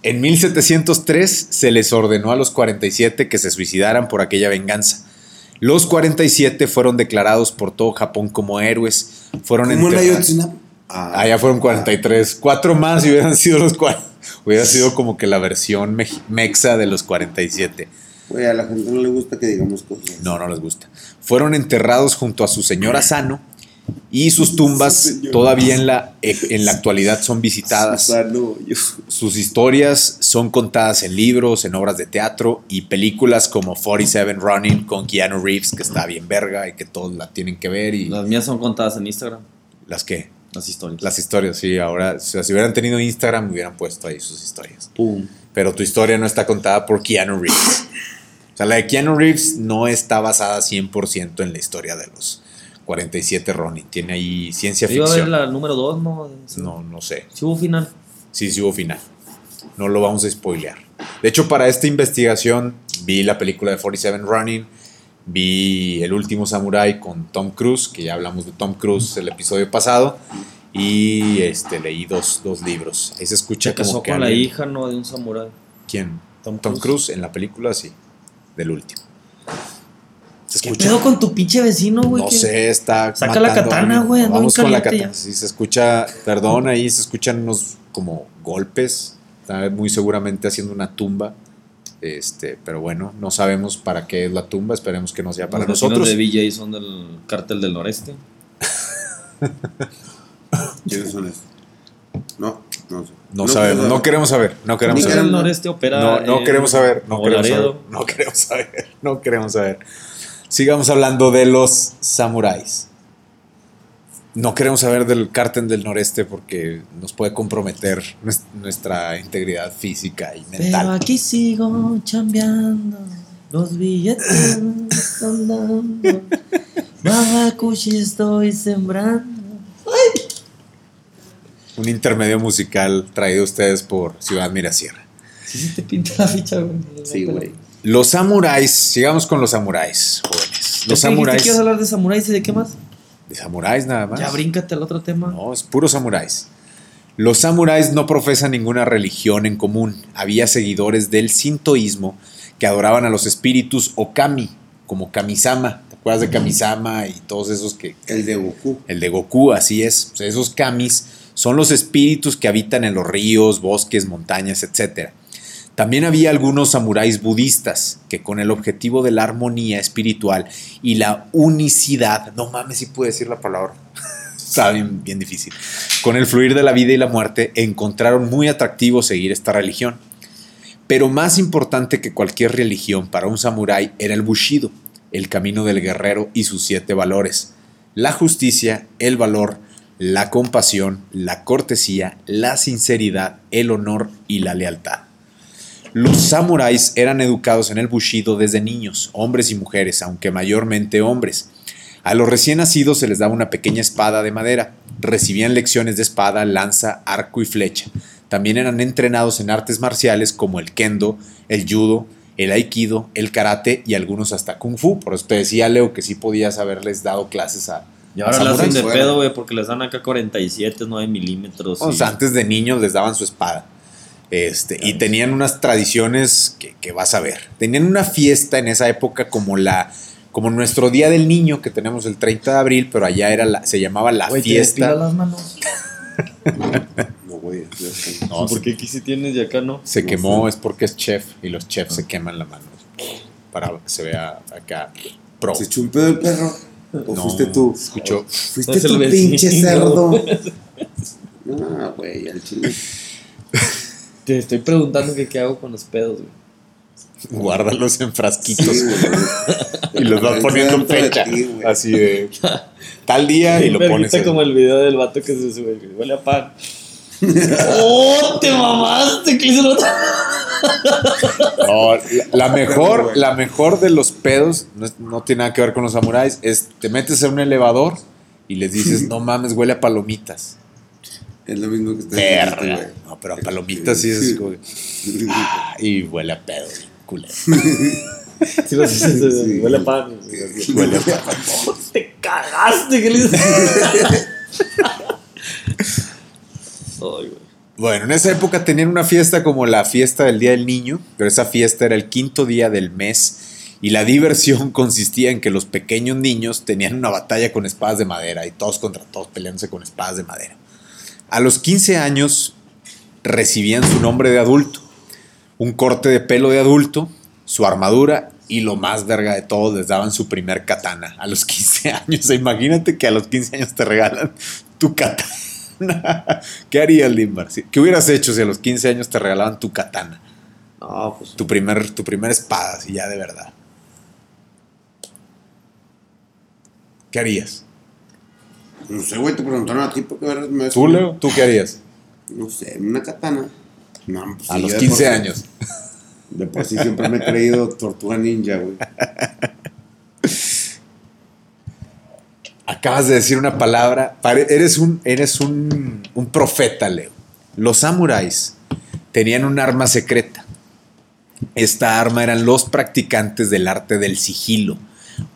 [SPEAKER 1] En 1703 se les ordenó a los 47 que se suicidaran por aquella venganza. Los 47 fueron declarados por todo Japón como héroes. Fueron
[SPEAKER 2] ¿Cómo la
[SPEAKER 1] enterrados.
[SPEAKER 2] Yotzinapa?
[SPEAKER 1] Ah, ya fueron 43. Cuatro más y hubieran sido los cua- Hubiera sido como que la versión mej- mexa de los 47.
[SPEAKER 2] Güey, a la gente no le gusta que digamos cosas.
[SPEAKER 1] No, no les gusta. Fueron enterrados junto a su señora Sano y sus
[SPEAKER 2] Su
[SPEAKER 1] tumbas
[SPEAKER 2] señora.
[SPEAKER 1] todavía en la, eh, en la actualidad son visitadas.
[SPEAKER 2] Susano, Ah, yo-
[SPEAKER 1] Sus historias son contadas en libros, en obras de teatro y películas como 47 Running con Keanu Reeves, que está bien verga y que todos la tienen que ver. Y
[SPEAKER 4] Las mías son contadas en Instagram,
[SPEAKER 1] las que,
[SPEAKER 4] las historias.
[SPEAKER 1] las historias, sí, ahora, o sea, si hubieran tenido Instagram, hubieran puesto ahí sus historias.
[SPEAKER 4] Pum.
[SPEAKER 1] pero tu historia no está contada por Keanu Reeves. O sea, la de Keanu Reeves no está basada 100% en la historia de los 47 Ronin. Tiene ahí ciencia
[SPEAKER 4] Iba a ver
[SPEAKER 1] ficción.
[SPEAKER 4] la número 2, ¿no?
[SPEAKER 1] No, no sé.
[SPEAKER 4] Sí hubo final.
[SPEAKER 1] Sí, sí hubo final. No lo vamos a spoilear. De hecho, para esta investigación vi la película de 47 Ronin. Vi El último Samurai con Tom Cruise, que ya hablamos de Tom Cruise el episodio pasado. Y este, leí dos, dos libros. Ahí se escucha
[SPEAKER 4] Se
[SPEAKER 1] como
[SPEAKER 4] casó
[SPEAKER 1] que
[SPEAKER 4] con la
[SPEAKER 1] alguien-
[SPEAKER 4] hija, ¿no? De un samurái.
[SPEAKER 1] ¿Quién?
[SPEAKER 4] Tom
[SPEAKER 1] Tom
[SPEAKER 4] Cruise.
[SPEAKER 1] Cruise en la película, sí. Del último. ¿Se
[SPEAKER 4] ¿Qué
[SPEAKER 1] escucha?
[SPEAKER 4] pedo con tu pinche vecino, güey?
[SPEAKER 1] no
[SPEAKER 4] ¿Qué-
[SPEAKER 1] sé, está.
[SPEAKER 4] Saca la
[SPEAKER 1] matando a
[SPEAKER 4] katana,
[SPEAKER 1] alguien.
[SPEAKER 4] güey, anda
[SPEAKER 1] Vamos
[SPEAKER 4] bien
[SPEAKER 1] con la
[SPEAKER 4] caliente
[SPEAKER 1] katana. Sí,
[SPEAKER 4] ya.
[SPEAKER 1] se escucha. Perdón, ahí se escuchan unos como golpes. Está muy seguramente haciendo una tumba. Este, pero bueno, no sabemos para qué es la tumba. Esperemos que no sea para
[SPEAKER 4] Los vecinos
[SPEAKER 1] nosotros.
[SPEAKER 4] de VJ son del cártel del noreste.
[SPEAKER 2] ¿Quiénes son esos? No, no sé.
[SPEAKER 1] No, sabemos, no queremos saber. No queremos saber.
[SPEAKER 2] Ni
[SPEAKER 4] El cártel del
[SPEAKER 2] queremos-
[SPEAKER 4] noreste opera.
[SPEAKER 1] No, no
[SPEAKER 4] en
[SPEAKER 1] queremos saber. No
[SPEAKER 4] Nuevo
[SPEAKER 1] queremos saber.
[SPEAKER 4] Laredo.
[SPEAKER 1] No queremos saber. No queremos saber. Sigamos hablando de los samuráis. No queremos saber del cártel del noreste porque nos puede comprometer nues- nuestra integridad física y
[SPEAKER 4] Pero
[SPEAKER 1] mental.
[SPEAKER 4] aquí sigo chambeando. Los billetes están dando. Maracuchi estoy sembrando.
[SPEAKER 1] Un intermedio musical traído a ustedes por Ciudad Mirasierra.
[SPEAKER 4] Sí, sí te pinta la ficha, güey.
[SPEAKER 1] Los samuráis, sigamos con los samuráis, jóvenes. Los
[SPEAKER 4] samuráis. ¿Quieres
[SPEAKER 1] samuráis.
[SPEAKER 4] hablar de samuráis y de qué más?
[SPEAKER 1] De samuráis nada más.
[SPEAKER 4] Ya bríncate al otro tema.
[SPEAKER 1] No, es puro samuráis. Los samuráis no profesan ninguna religión en común. Había seguidores del sintoísmo que adoraban a los espíritus o kami, como Kamisama. ¿Te acuerdas de Kamisama y todos esos que...
[SPEAKER 2] El de Goku.
[SPEAKER 1] El de Goku, así es. O sea, esos kamis son los espíritus que habitan en los ríos, bosques, montañas, etc. También había algunos samuráis budistas que con el objetivo de la armonía espiritual y la unicidad, no mames si pude decir la palabra, está bien, bien difícil, con el fluir de la vida y la muerte, encontraron muy atractivo seguir esta religión. Pero más importante que cualquier religión para un samurái era el bushido, el camino del guerrero y sus siete valores. La justicia, el valor, la compasión, la cortesía, la sinceridad, el honor y la lealtad. Los samuráis eran educados en el bushido desde niños, hombres y mujeres, aunque mayormente hombres. A los recién nacidos se les daba una pequeña espada de madera. Recibían lecciones de espada, lanza, arco y flecha. También eran entrenados en artes marciales como el kendo, el judo, el aikido, el karate y algunos hasta kung fu. Por eso te decía, Leo, que sí podías haberles dado clases a...
[SPEAKER 4] Y
[SPEAKER 1] ahora
[SPEAKER 4] ahora
[SPEAKER 1] la
[SPEAKER 4] la
[SPEAKER 1] hacen
[SPEAKER 4] hacen
[SPEAKER 2] de
[SPEAKER 4] de
[SPEAKER 2] fuera. pedo,
[SPEAKER 4] pedo, güey, porque les dan acá 47, 9 milímetros.
[SPEAKER 1] O sea, antes de niños les daban su espada. Este, y tenían unas tradiciones que, que vas a ver. Tenían una fiesta en esa época como la... Como nuestro Día del Niño, que tenemos el 30 de abril, pero allá era la, se llamaba la fiesta.
[SPEAKER 4] las manos.
[SPEAKER 2] No, güey.
[SPEAKER 1] No,
[SPEAKER 3] ¿Por qué aquí sí tienes y acá no?
[SPEAKER 1] Se
[SPEAKER 2] No
[SPEAKER 1] quemó, es porque es chef y los chefs se queman la mano para que se vea acá pro.
[SPEAKER 2] ¿Se echó un pedo el perro? ¿O
[SPEAKER 1] No,
[SPEAKER 2] fuiste tú?
[SPEAKER 1] Escuchó.
[SPEAKER 2] Fuiste
[SPEAKER 4] No es el
[SPEAKER 2] tú,
[SPEAKER 4] vecino.
[SPEAKER 2] pinche cerdo. No, güey, al chile.
[SPEAKER 4] Te estoy preguntando que qué hago con los pedos, güey.
[SPEAKER 1] Guárdalos en
[SPEAKER 2] Sí,
[SPEAKER 1] frasquitos
[SPEAKER 2] güey.
[SPEAKER 1] y los vas
[SPEAKER 2] Está
[SPEAKER 1] poniendo
[SPEAKER 2] dentro de
[SPEAKER 1] fecha.
[SPEAKER 2] ti, güey.
[SPEAKER 1] Así de tal día y lo
[SPEAKER 4] Verguita
[SPEAKER 1] pones. en-
[SPEAKER 4] como el video del vato que se sube, güey. Huele a pan. ¡Oh, te mamaste! ¿Qué hizo el otro?
[SPEAKER 1] No, la- la mejor, la mejor de los pedos no, es- no tiene nada que ver con los samuráis. Es te metes en un elevador y les dices, no mames, huele a palomitas.
[SPEAKER 2] Es lo mismo que está
[SPEAKER 1] Verga. No, pero a palomitas sí es como. que, ah, y huele a pedo, culero.
[SPEAKER 4] Sí, lo haces,
[SPEAKER 2] Sí.
[SPEAKER 4] Huele a pan.
[SPEAKER 2] Huele a
[SPEAKER 4] ¡Oh, te cagaste! ¿Qué le hizo? Ay, güey.
[SPEAKER 1] Bueno, en esa época tenían una fiesta como la fiesta del Día del Niño, pero esa fiesta era el quinto día del mes y la diversión consistía en que los pequeños niños tenían una batalla con espadas de madera y todos contra todos peleándose con espadas de madera. A los 15 años recibían su nombre de adulto, un corte de pelo de adulto, su armadura y lo más verga de todo, les daban su primer katana a los 15 años. Imagínate que a los 15 años te regalan tu katana. ¿Qué harías, Limbar? Si- ¿Qué hubieras hecho si a los 15 años te regalaban tu katana?
[SPEAKER 3] No, pues
[SPEAKER 1] Tu primer, tu primera espada, si ya de verdad. ¿Qué harías?
[SPEAKER 2] No sé, güey, te preguntaron a ti por qué vergas me ves
[SPEAKER 1] ¿Tú,
[SPEAKER 2] con-
[SPEAKER 1] Leo? ¿Tú qué harías?
[SPEAKER 2] No sé, una katana. No, pues,
[SPEAKER 1] A
[SPEAKER 2] sí,
[SPEAKER 1] los
[SPEAKER 2] de
[SPEAKER 1] 15
[SPEAKER 2] por sí-
[SPEAKER 1] años.
[SPEAKER 2] De por sí siempre me he creído tortuga ninja, güey.
[SPEAKER 1] Acabas de decir una palabra. pare- Eres un, eres un, un profeta, Leo. Los samuráis tenían un arma secreta. Esta arma eran los practicantes del arte del sigilo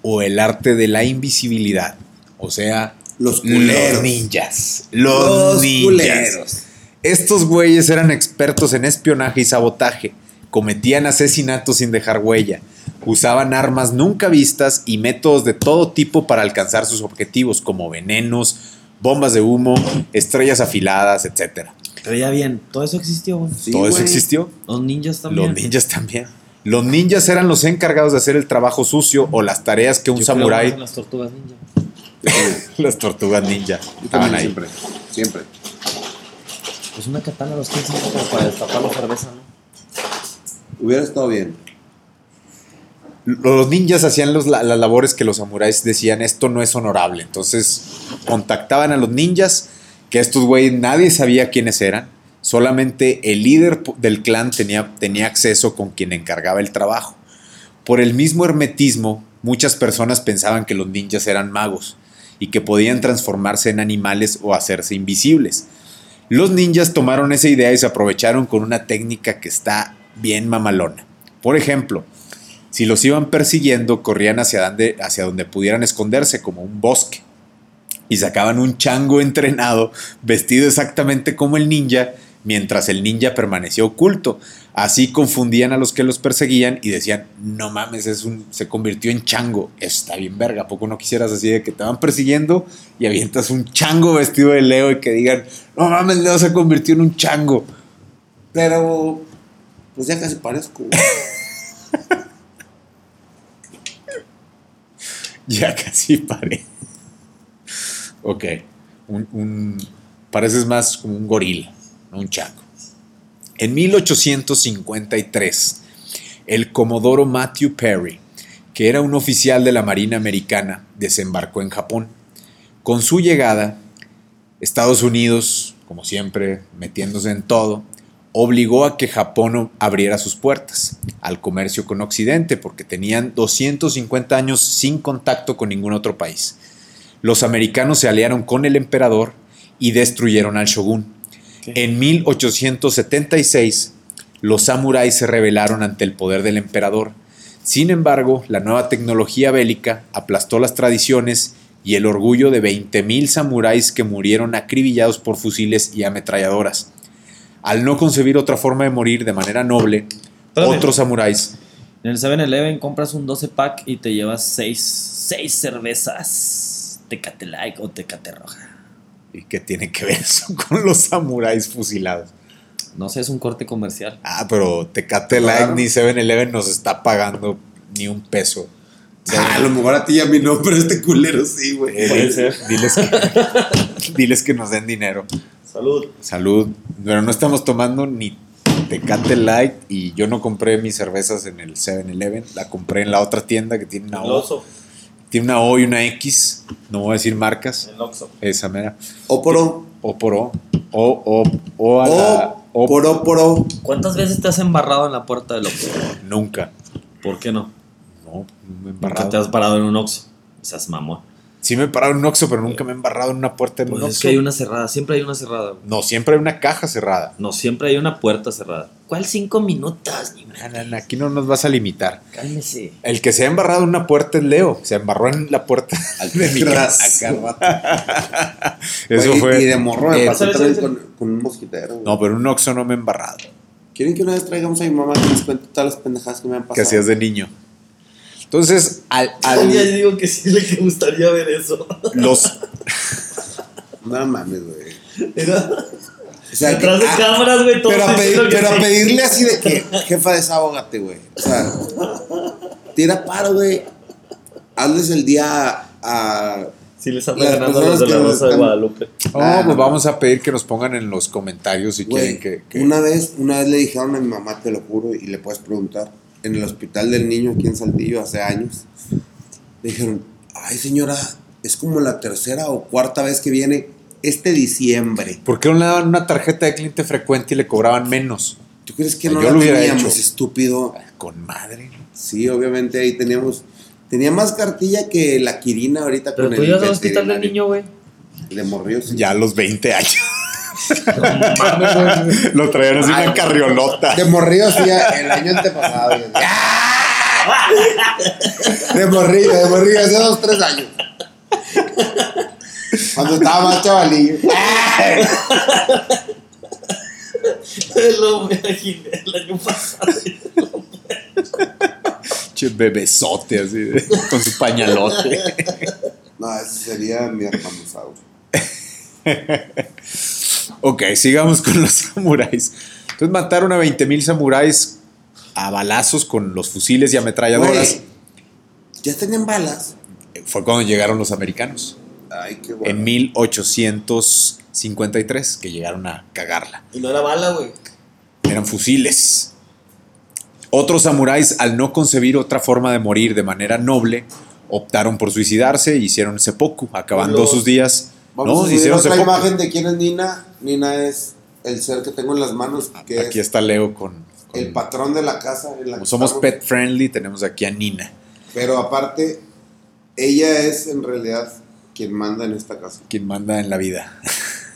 [SPEAKER 1] o el arte de la invisibilidad. O sea,
[SPEAKER 2] Los
[SPEAKER 1] los
[SPEAKER 2] culeros.
[SPEAKER 1] ninjas. Los, ninjas. Estos güeyes eran expertos en espionaje y sabotaje, cometían asesinatos sin dejar huella, usaban armas nunca vistas y métodos de todo tipo para alcanzar sus objetivos, como venenos, bombas de humo, estrellas afiladas, etc.
[SPEAKER 4] Pero ya bien, todo eso existió, güey.
[SPEAKER 2] Sí,
[SPEAKER 1] Todo eso
[SPEAKER 2] güey.
[SPEAKER 1] existió.
[SPEAKER 4] Los ninjas también.
[SPEAKER 1] Los ninjas también. Los ninjas eran los encargados de hacer el trabajo sucio o las tareas que un
[SPEAKER 4] Yo creo más en
[SPEAKER 1] samurái,
[SPEAKER 4] las tortugas ninja.
[SPEAKER 1] las tortugas ninja,
[SPEAKER 2] Yo
[SPEAKER 1] estaban
[SPEAKER 2] también
[SPEAKER 1] Ah, ahí.
[SPEAKER 2] siempre. Siempre.
[SPEAKER 4] Pues una katana a los 15 años como para destapar la cerveza, ¿no?
[SPEAKER 2] Hubiera estado bien.
[SPEAKER 1] los ninjas hacían los la- las labores que los samuráis decían, esto no es honorable. Entonces contactaban a los ninjas, que estos güeyes nadie sabía quiénes eran. Solamente el líder po- del clan tenía, tenía acceso con quien encargaba el trabajo. Por el mismo hermetismo, muchas personas pensaban que los ninjas eran magos y que podían transformarse en animales o hacerse invisibles. Los ninjas tomaron esa idea y se aprovecharon con una técnica que está bien mamalona. Por ejemplo, si los iban persiguiendo, corrían hacia donde, hacia donde pudieran esconderse, como un bosque. Y sacaban un chango entrenado, vestido exactamente como el ninja, mientras el ninja permaneció oculto. Así confundían a los que los perseguían y decían, no mames, es un, se convirtió en chango. Eso está bien verga, ¿a poco no quisieras así de que te van persiguiendo y avientas un chango vestido de Leo y que digan, no mames, Leo se convirtió en un chango?
[SPEAKER 2] Pero, pues ya casi parezco. güey.
[SPEAKER 1] Ya casi paré. Ok. Un, un- pareces más como un gorila, no un chango. En 1853, el comodoro Matthew Perry, que era un oficial de la Marina Americana, desembarcó en Japón. Con su llegada, Estados Unidos, como siempre, metiéndose en todo, obligó a que Japón abriera sus puertas al comercio con Occidente, porque tenían 250 años sin contacto con ningún otro país. Los americanos se aliaron con el emperador y destruyeron al shogun. En 1876, los samuráis se rebelaron ante el poder del emperador. Sin embargo, la nueva tecnología bélica aplastó las tradiciones y el orgullo de 20.000 samuráis que murieron acribillados por fusiles y ametralladoras. Al no concebir otra forma de morir de manera noble,
[SPEAKER 4] Espérame.
[SPEAKER 1] otros samuráis.
[SPEAKER 4] En el 7-Eleven compras un 12 pack y te llevas 6, cervezas. Tecate like o tecate roja.
[SPEAKER 1] ¿Y qué tiene que ver eso con los samuráis fusilados?
[SPEAKER 4] No sé, es un corte comercial.
[SPEAKER 1] Ah, pero Tecate Light
[SPEAKER 2] Claro.
[SPEAKER 1] ni 7-Eleven nos está pagando ni un peso.
[SPEAKER 2] Ah, a lo mejor a ti y a mí no, pero este culero sí, güey.
[SPEAKER 1] Eh,
[SPEAKER 3] Puede
[SPEAKER 1] di-
[SPEAKER 3] ser.
[SPEAKER 1] Diles que, diles que nos den dinero.
[SPEAKER 3] Salud.
[SPEAKER 1] Salud. Pero no estamos tomando ni Tecate Light y yo no compré mis cervezas en el 7-Eleven. La compré en la otra tienda que tiene una
[SPEAKER 3] El
[SPEAKER 1] O.
[SPEAKER 3] oso.
[SPEAKER 1] Tiene una O y una X. No voy a decir marcas.
[SPEAKER 3] El oxo.
[SPEAKER 1] Esa mera.
[SPEAKER 2] Oporo,
[SPEAKER 1] O por O. O, O, O a la- O
[SPEAKER 2] por oporo.
[SPEAKER 4] ¿Cuántas veces te has embarrado en la puerta del Oxxo?
[SPEAKER 1] Nunca.
[SPEAKER 4] ¿Por qué no?
[SPEAKER 1] No, me he
[SPEAKER 4] Porque te
[SPEAKER 1] embarrado.
[SPEAKER 4] has parado en un Oxxo. Esas mamón.
[SPEAKER 1] Sí me he parado en un Oxxo, pero nunca me he embarrado en una puerta de
[SPEAKER 4] Pues
[SPEAKER 1] un
[SPEAKER 4] es
[SPEAKER 1] Oxxo.
[SPEAKER 4] que hay una cerrada, siempre hay una cerrada. güey.
[SPEAKER 1] No, siempre hay una caja cerrada.
[SPEAKER 4] No, siempre hay una puerta cerrada. ¿Cuál cinco minutos? Ni
[SPEAKER 1] Na, na, na, aquí no nos vas a limitar.
[SPEAKER 4] Cálmese.
[SPEAKER 1] El que se ha embarrado en una puerta es Leo. Se embarró en la puerta de mi casa. Eso
[SPEAKER 2] Güey,
[SPEAKER 1] fue.
[SPEAKER 2] Y de morro me
[SPEAKER 1] Eh,
[SPEAKER 2] pasó
[SPEAKER 4] pásale,
[SPEAKER 2] otra vez
[SPEAKER 4] pásale.
[SPEAKER 2] con, con un mosquitero. güey.
[SPEAKER 1] no, pero un Oxxo no me he embarrado.
[SPEAKER 2] ¿Quieren que una vez traigamos a mi mamá que nos cuente todas las pendejadas que me han pasado?
[SPEAKER 1] Que hacías de niño. Entonces, al,
[SPEAKER 4] Un día
[SPEAKER 1] al-
[SPEAKER 4] digo que sí le gustaría ver eso.
[SPEAKER 1] los.
[SPEAKER 2] No mames, güey.
[SPEAKER 4] Era-
[SPEAKER 2] O sea,
[SPEAKER 4] Detrás
[SPEAKER 2] que-
[SPEAKER 4] de
[SPEAKER 2] ah,
[SPEAKER 4] cámaras, güey, todo
[SPEAKER 2] pero a,
[SPEAKER 4] diciendo
[SPEAKER 2] pedir-
[SPEAKER 4] que
[SPEAKER 2] pero a
[SPEAKER 4] sí.
[SPEAKER 2] pedirle así de que, jefa, desahógate, güey. O sea, tira paro, güey. Hazles el día a.
[SPEAKER 4] Sí les anda
[SPEAKER 2] Las
[SPEAKER 4] ganando a los de la
[SPEAKER 2] personas que
[SPEAKER 4] Rosa de
[SPEAKER 2] están-
[SPEAKER 4] Guadalupe.
[SPEAKER 1] Oh,
[SPEAKER 2] Ah,
[SPEAKER 1] pues
[SPEAKER 2] no.
[SPEAKER 1] vamos a pedir que nos pongan en los comentarios si
[SPEAKER 2] Güey,
[SPEAKER 1] quieren que. que-
[SPEAKER 2] una vez, una vez le dijeron a mi mamá, te lo juro, y le puedes preguntar, en el hospital del niño aquí en Saltillo hace años, le dijeron, ay señora, es como la tercera o cuarta vez que viene este diciembre.
[SPEAKER 1] ¿Por qué no le daban una tarjeta de cliente frecuente y le cobraban menos?
[SPEAKER 2] ¿Tú crees que
[SPEAKER 1] Ah, Yo
[SPEAKER 2] no
[SPEAKER 1] lo
[SPEAKER 2] la
[SPEAKER 1] hubiera
[SPEAKER 2] teníamos,
[SPEAKER 1] hecho.
[SPEAKER 2] estúpido?
[SPEAKER 1] Con madre.
[SPEAKER 2] Sí, obviamente ahí teníamos, tenía más cartilla que la Quirina ahorita
[SPEAKER 4] Pero
[SPEAKER 2] con
[SPEAKER 4] tú
[SPEAKER 2] el
[SPEAKER 4] ibas al hospital del
[SPEAKER 2] veterinario.
[SPEAKER 4] niño, güey.
[SPEAKER 2] Le morrió, sí.
[SPEAKER 1] Ya a los 20 años.
[SPEAKER 4] No mames, güey.
[SPEAKER 1] lo traían así en una carriolota.
[SPEAKER 2] De morrillo, sí, el año antepasado. güey. De morrillo, de morrillo, hace dos, tres años. Cuando estaba más chavalillo.
[SPEAKER 4] Lo imaginé el año pasado.
[SPEAKER 1] Che, bebesote así, de- con su pañalote.
[SPEAKER 2] No, ese sería mi armanosaurio.
[SPEAKER 1] Ok, sigamos con los samuráis. Entonces mataron a 20.000 samuráis a balazos con los fusiles y ametralladoras.
[SPEAKER 2] Güey, Ya tenían balas.
[SPEAKER 1] Fue cuando llegaron los americanos,
[SPEAKER 2] Ay, qué
[SPEAKER 1] en 1853, que llegaron a cagarla.
[SPEAKER 4] Y no era bala, güey.
[SPEAKER 1] Eran fusiles. Otros samuráis, al no concebir otra forma de morir de manera noble, optaron por suicidarse y hicieron seppuku, acabando
[SPEAKER 2] Los-
[SPEAKER 1] sus días.
[SPEAKER 2] Vamos
[SPEAKER 1] no,
[SPEAKER 2] a subir
[SPEAKER 1] hicieron
[SPEAKER 2] otra
[SPEAKER 1] seppuku.
[SPEAKER 2] imagen de quién es Nina. Nina es el ser que tengo en las manos, que
[SPEAKER 1] Ah, Aquí
[SPEAKER 2] es
[SPEAKER 1] está Leo con. con-
[SPEAKER 2] el patrón de la casa. en la
[SPEAKER 1] como
[SPEAKER 2] que
[SPEAKER 1] somos
[SPEAKER 2] estamos.
[SPEAKER 1] pet friendly, tenemos aquí a Nina,
[SPEAKER 2] Pero aparte, ella es en realidad quien manda en esta casa.
[SPEAKER 1] quien manda en la vida,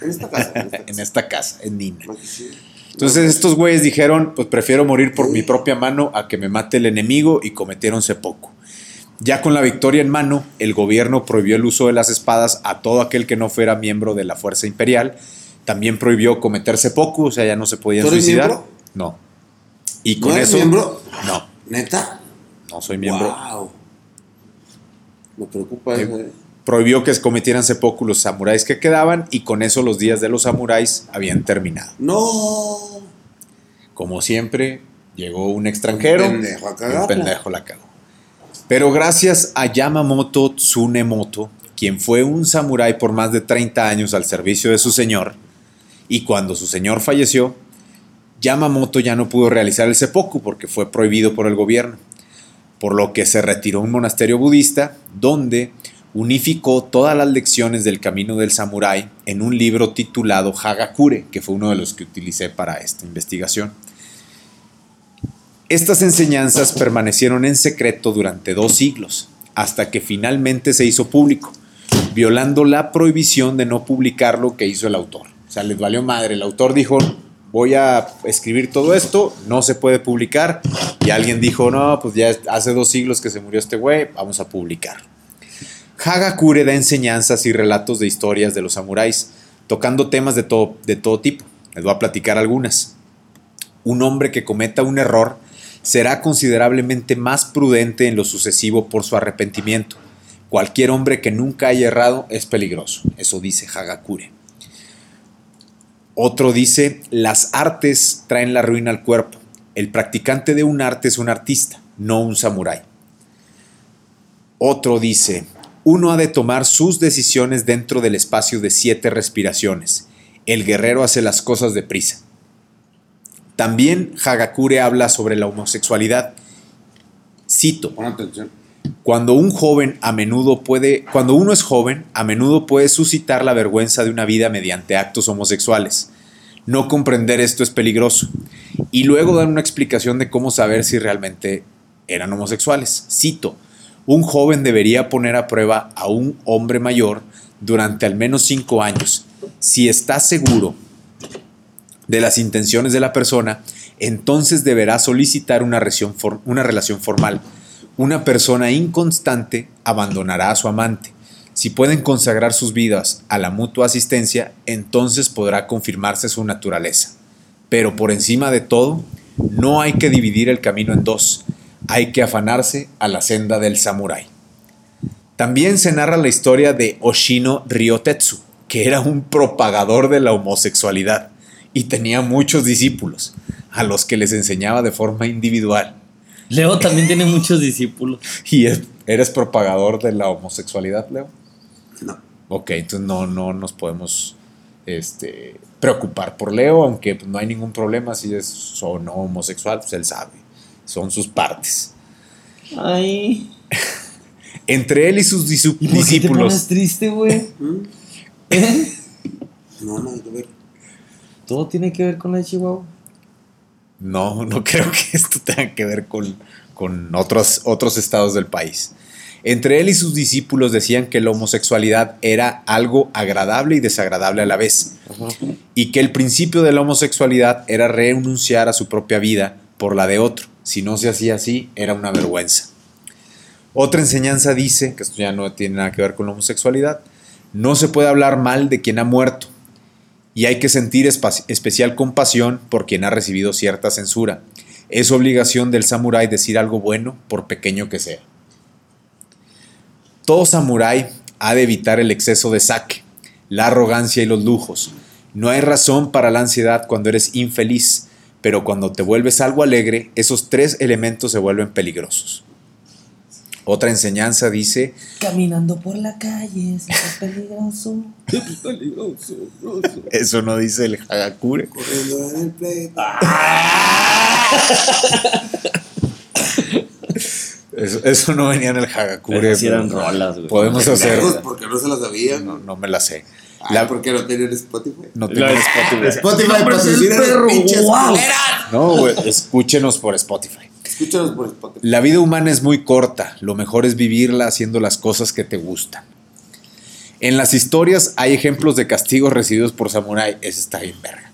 [SPEAKER 2] En esta casa. En esta
[SPEAKER 1] en
[SPEAKER 2] casa.
[SPEAKER 1] esta casa, es Nina.
[SPEAKER 2] No, que sí.
[SPEAKER 1] Entonces estos güeyes dijeron, pues prefiero morir por mi propia mano a que me mate el enemigo y cometieron seppuku. Ya con la victoria en mano, el gobierno prohibió el uso de las espadas a todo aquel que no fuera miembro de la fuerza imperial. También prohibió cometer seppuku, o sea, ya no se podían
[SPEAKER 2] ¿Tú eres
[SPEAKER 1] suicidar.
[SPEAKER 2] miembro?
[SPEAKER 1] No. Y
[SPEAKER 2] ¿No
[SPEAKER 1] con
[SPEAKER 2] eres
[SPEAKER 1] eso
[SPEAKER 2] miembro?
[SPEAKER 1] no,
[SPEAKER 2] ¿Neta?
[SPEAKER 1] no soy miembro.
[SPEAKER 2] Wow. Me preocupa
[SPEAKER 1] Eh,
[SPEAKER 2] eso, eh.
[SPEAKER 1] Prohibió que cometieran seppuku los samuráis que quedaban y con eso los días de los samuráis habían terminado.
[SPEAKER 2] No.
[SPEAKER 1] Como siempre, llegó un extranjero.
[SPEAKER 2] Un pendejo a cagarla.
[SPEAKER 1] Un pendejo la cagó. Pero gracias a Yamamoto Tsunemoto, quien fue un samurái por más de 30 años al servicio de su señor, y cuando su señor falleció, Yamamoto ya no pudo realizar el seppuku porque fue prohibido por el gobierno, por lo que se retiró a un monasterio budista donde unificó todas las lecciones del camino del samurái en un libro titulado Hagakure, que fue uno de los que utilicé para esta investigación. Estas enseñanzas permanecieron en secreto durante dos siglos, hasta que finalmente se hizo público, violando la prohibición de no publicar lo que hizo el autor. O sea, les valió madre. El autor dijo, voy a escribir todo esto, no se puede publicar. Y alguien dijo, no, pues ya hace dos siglos que se murió este güey, vamos a publicar. Hagakure da enseñanzas y relatos de historias de los samuráis, tocando temas de todo, de todo tipo. Les voy a platicar algunas. Un hombre que cometa un error será considerablemente más prudente en lo sucesivo por su arrepentimiento. Cualquier hombre que nunca haya errado es peligroso, eso dice Hagakure. Otro dice, las artes traen la ruina al cuerpo. El practicante de un arte es un artista, no un samurái. Otro dice, uno ha de tomar sus decisiones dentro del espacio de siete respiraciones. El guerrero hace las cosas deprisa. También Hagakure habla sobre la homosexualidad. Cito,
[SPEAKER 2] Pon atención.
[SPEAKER 1] cuando un joven a menudo puede, cuando uno es joven, a menudo puede suscitar la vergüenza de una vida mediante actos homosexuales. No comprender esto es peligroso. Y luego dan una explicación de cómo saber si realmente eran homosexuales. Cito, un joven debería poner a prueba a un hombre mayor durante al menos cinco años. Si está seguro de las intenciones de la persona, entonces deberá solicitar una, relación for- una relación formal. Una persona inconstante abandonará a su amante. Si pueden consagrar sus vidas a la mutua asistencia, entonces podrá confirmarse su naturaleza. Pero por encima de todo, no hay que dividir el camino en dos. Hay que afanarse a la senda del samurái. También se narra la historia de Oshino Ryotetsu, que era un propagador de la homosexualidad y tenía muchos discípulos, a los que les enseñaba de forma individual.
[SPEAKER 4] Leo también tiene muchos discípulos.
[SPEAKER 1] ¿Y es- eres propagador de la homosexualidad, Leo?
[SPEAKER 2] No.
[SPEAKER 1] Ok, entonces no, no nos podemos este, preocupar por Leo, aunque pues, no hay ningún problema si es o no homosexual, pues él sabe. Son sus partes.
[SPEAKER 4] Ay.
[SPEAKER 1] Entre él y sus disu-
[SPEAKER 4] ¿Y por qué te pones
[SPEAKER 1] discípulos.
[SPEAKER 4] triste, güey?
[SPEAKER 2] ¿Mm?
[SPEAKER 4] ¿Eh?
[SPEAKER 2] No, no, a ver.
[SPEAKER 4] Todo tiene que ver con la Chihuahua.
[SPEAKER 1] No, no creo que esto tenga que ver con, con otros, otros estados del país. Entre él y sus discípulos decían que la homosexualidad era algo agradable y desagradable a la vez. y que el principio de la homosexualidad era renunciar a su propia vida por la de otro. Si no se hacía así, era una vergüenza. Otra enseñanza dice, que esto ya no tiene nada que ver con la homosexualidad, no se puede hablar mal de quien ha muerto y hay que sentir espa- especial compasión por quien ha recibido cierta censura. Es obligación del samurái decir algo bueno, por pequeño que sea. Todo samurái ha de evitar el exceso de saque, la arrogancia y los lujos. No hay razón para la ansiedad cuando eres infeliz, pero cuando te vuelves algo alegre, esos tres elementos se vuelven peligrosos. Otra enseñanza dice,
[SPEAKER 4] Caminando por la calle, eso es peligroso.
[SPEAKER 1] eso no dice el Hagakure.
[SPEAKER 2] Corriendo en el play.
[SPEAKER 1] Eso, eso no venía en el Hagakure.
[SPEAKER 4] Así eran
[SPEAKER 1] pero
[SPEAKER 4] rolas, güey.
[SPEAKER 1] Podemos hacer.
[SPEAKER 2] Pendejos, ¿Por qué no se las sabían?
[SPEAKER 1] No, no me la sé.
[SPEAKER 2] Ay,
[SPEAKER 1] La-
[SPEAKER 2] ¿Por qué no tenían Spotify?
[SPEAKER 1] No tengo
[SPEAKER 4] La de
[SPEAKER 2] Spotify,
[SPEAKER 4] Hombre, es el
[SPEAKER 2] patrocina esas
[SPEAKER 4] perro,
[SPEAKER 2] pinches
[SPEAKER 4] guau.
[SPEAKER 2] culeras.
[SPEAKER 1] No, güey, escúchenos por Spotify.
[SPEAKER 2] Escúchanos por Spotify.
[SPEAKER 1] La vida humana es muy corta, lo mejor es vivirla haciendo las cosas que te gustan. En las historias hay ejemplos de castigos recibidos por samurái, ese está bien verga.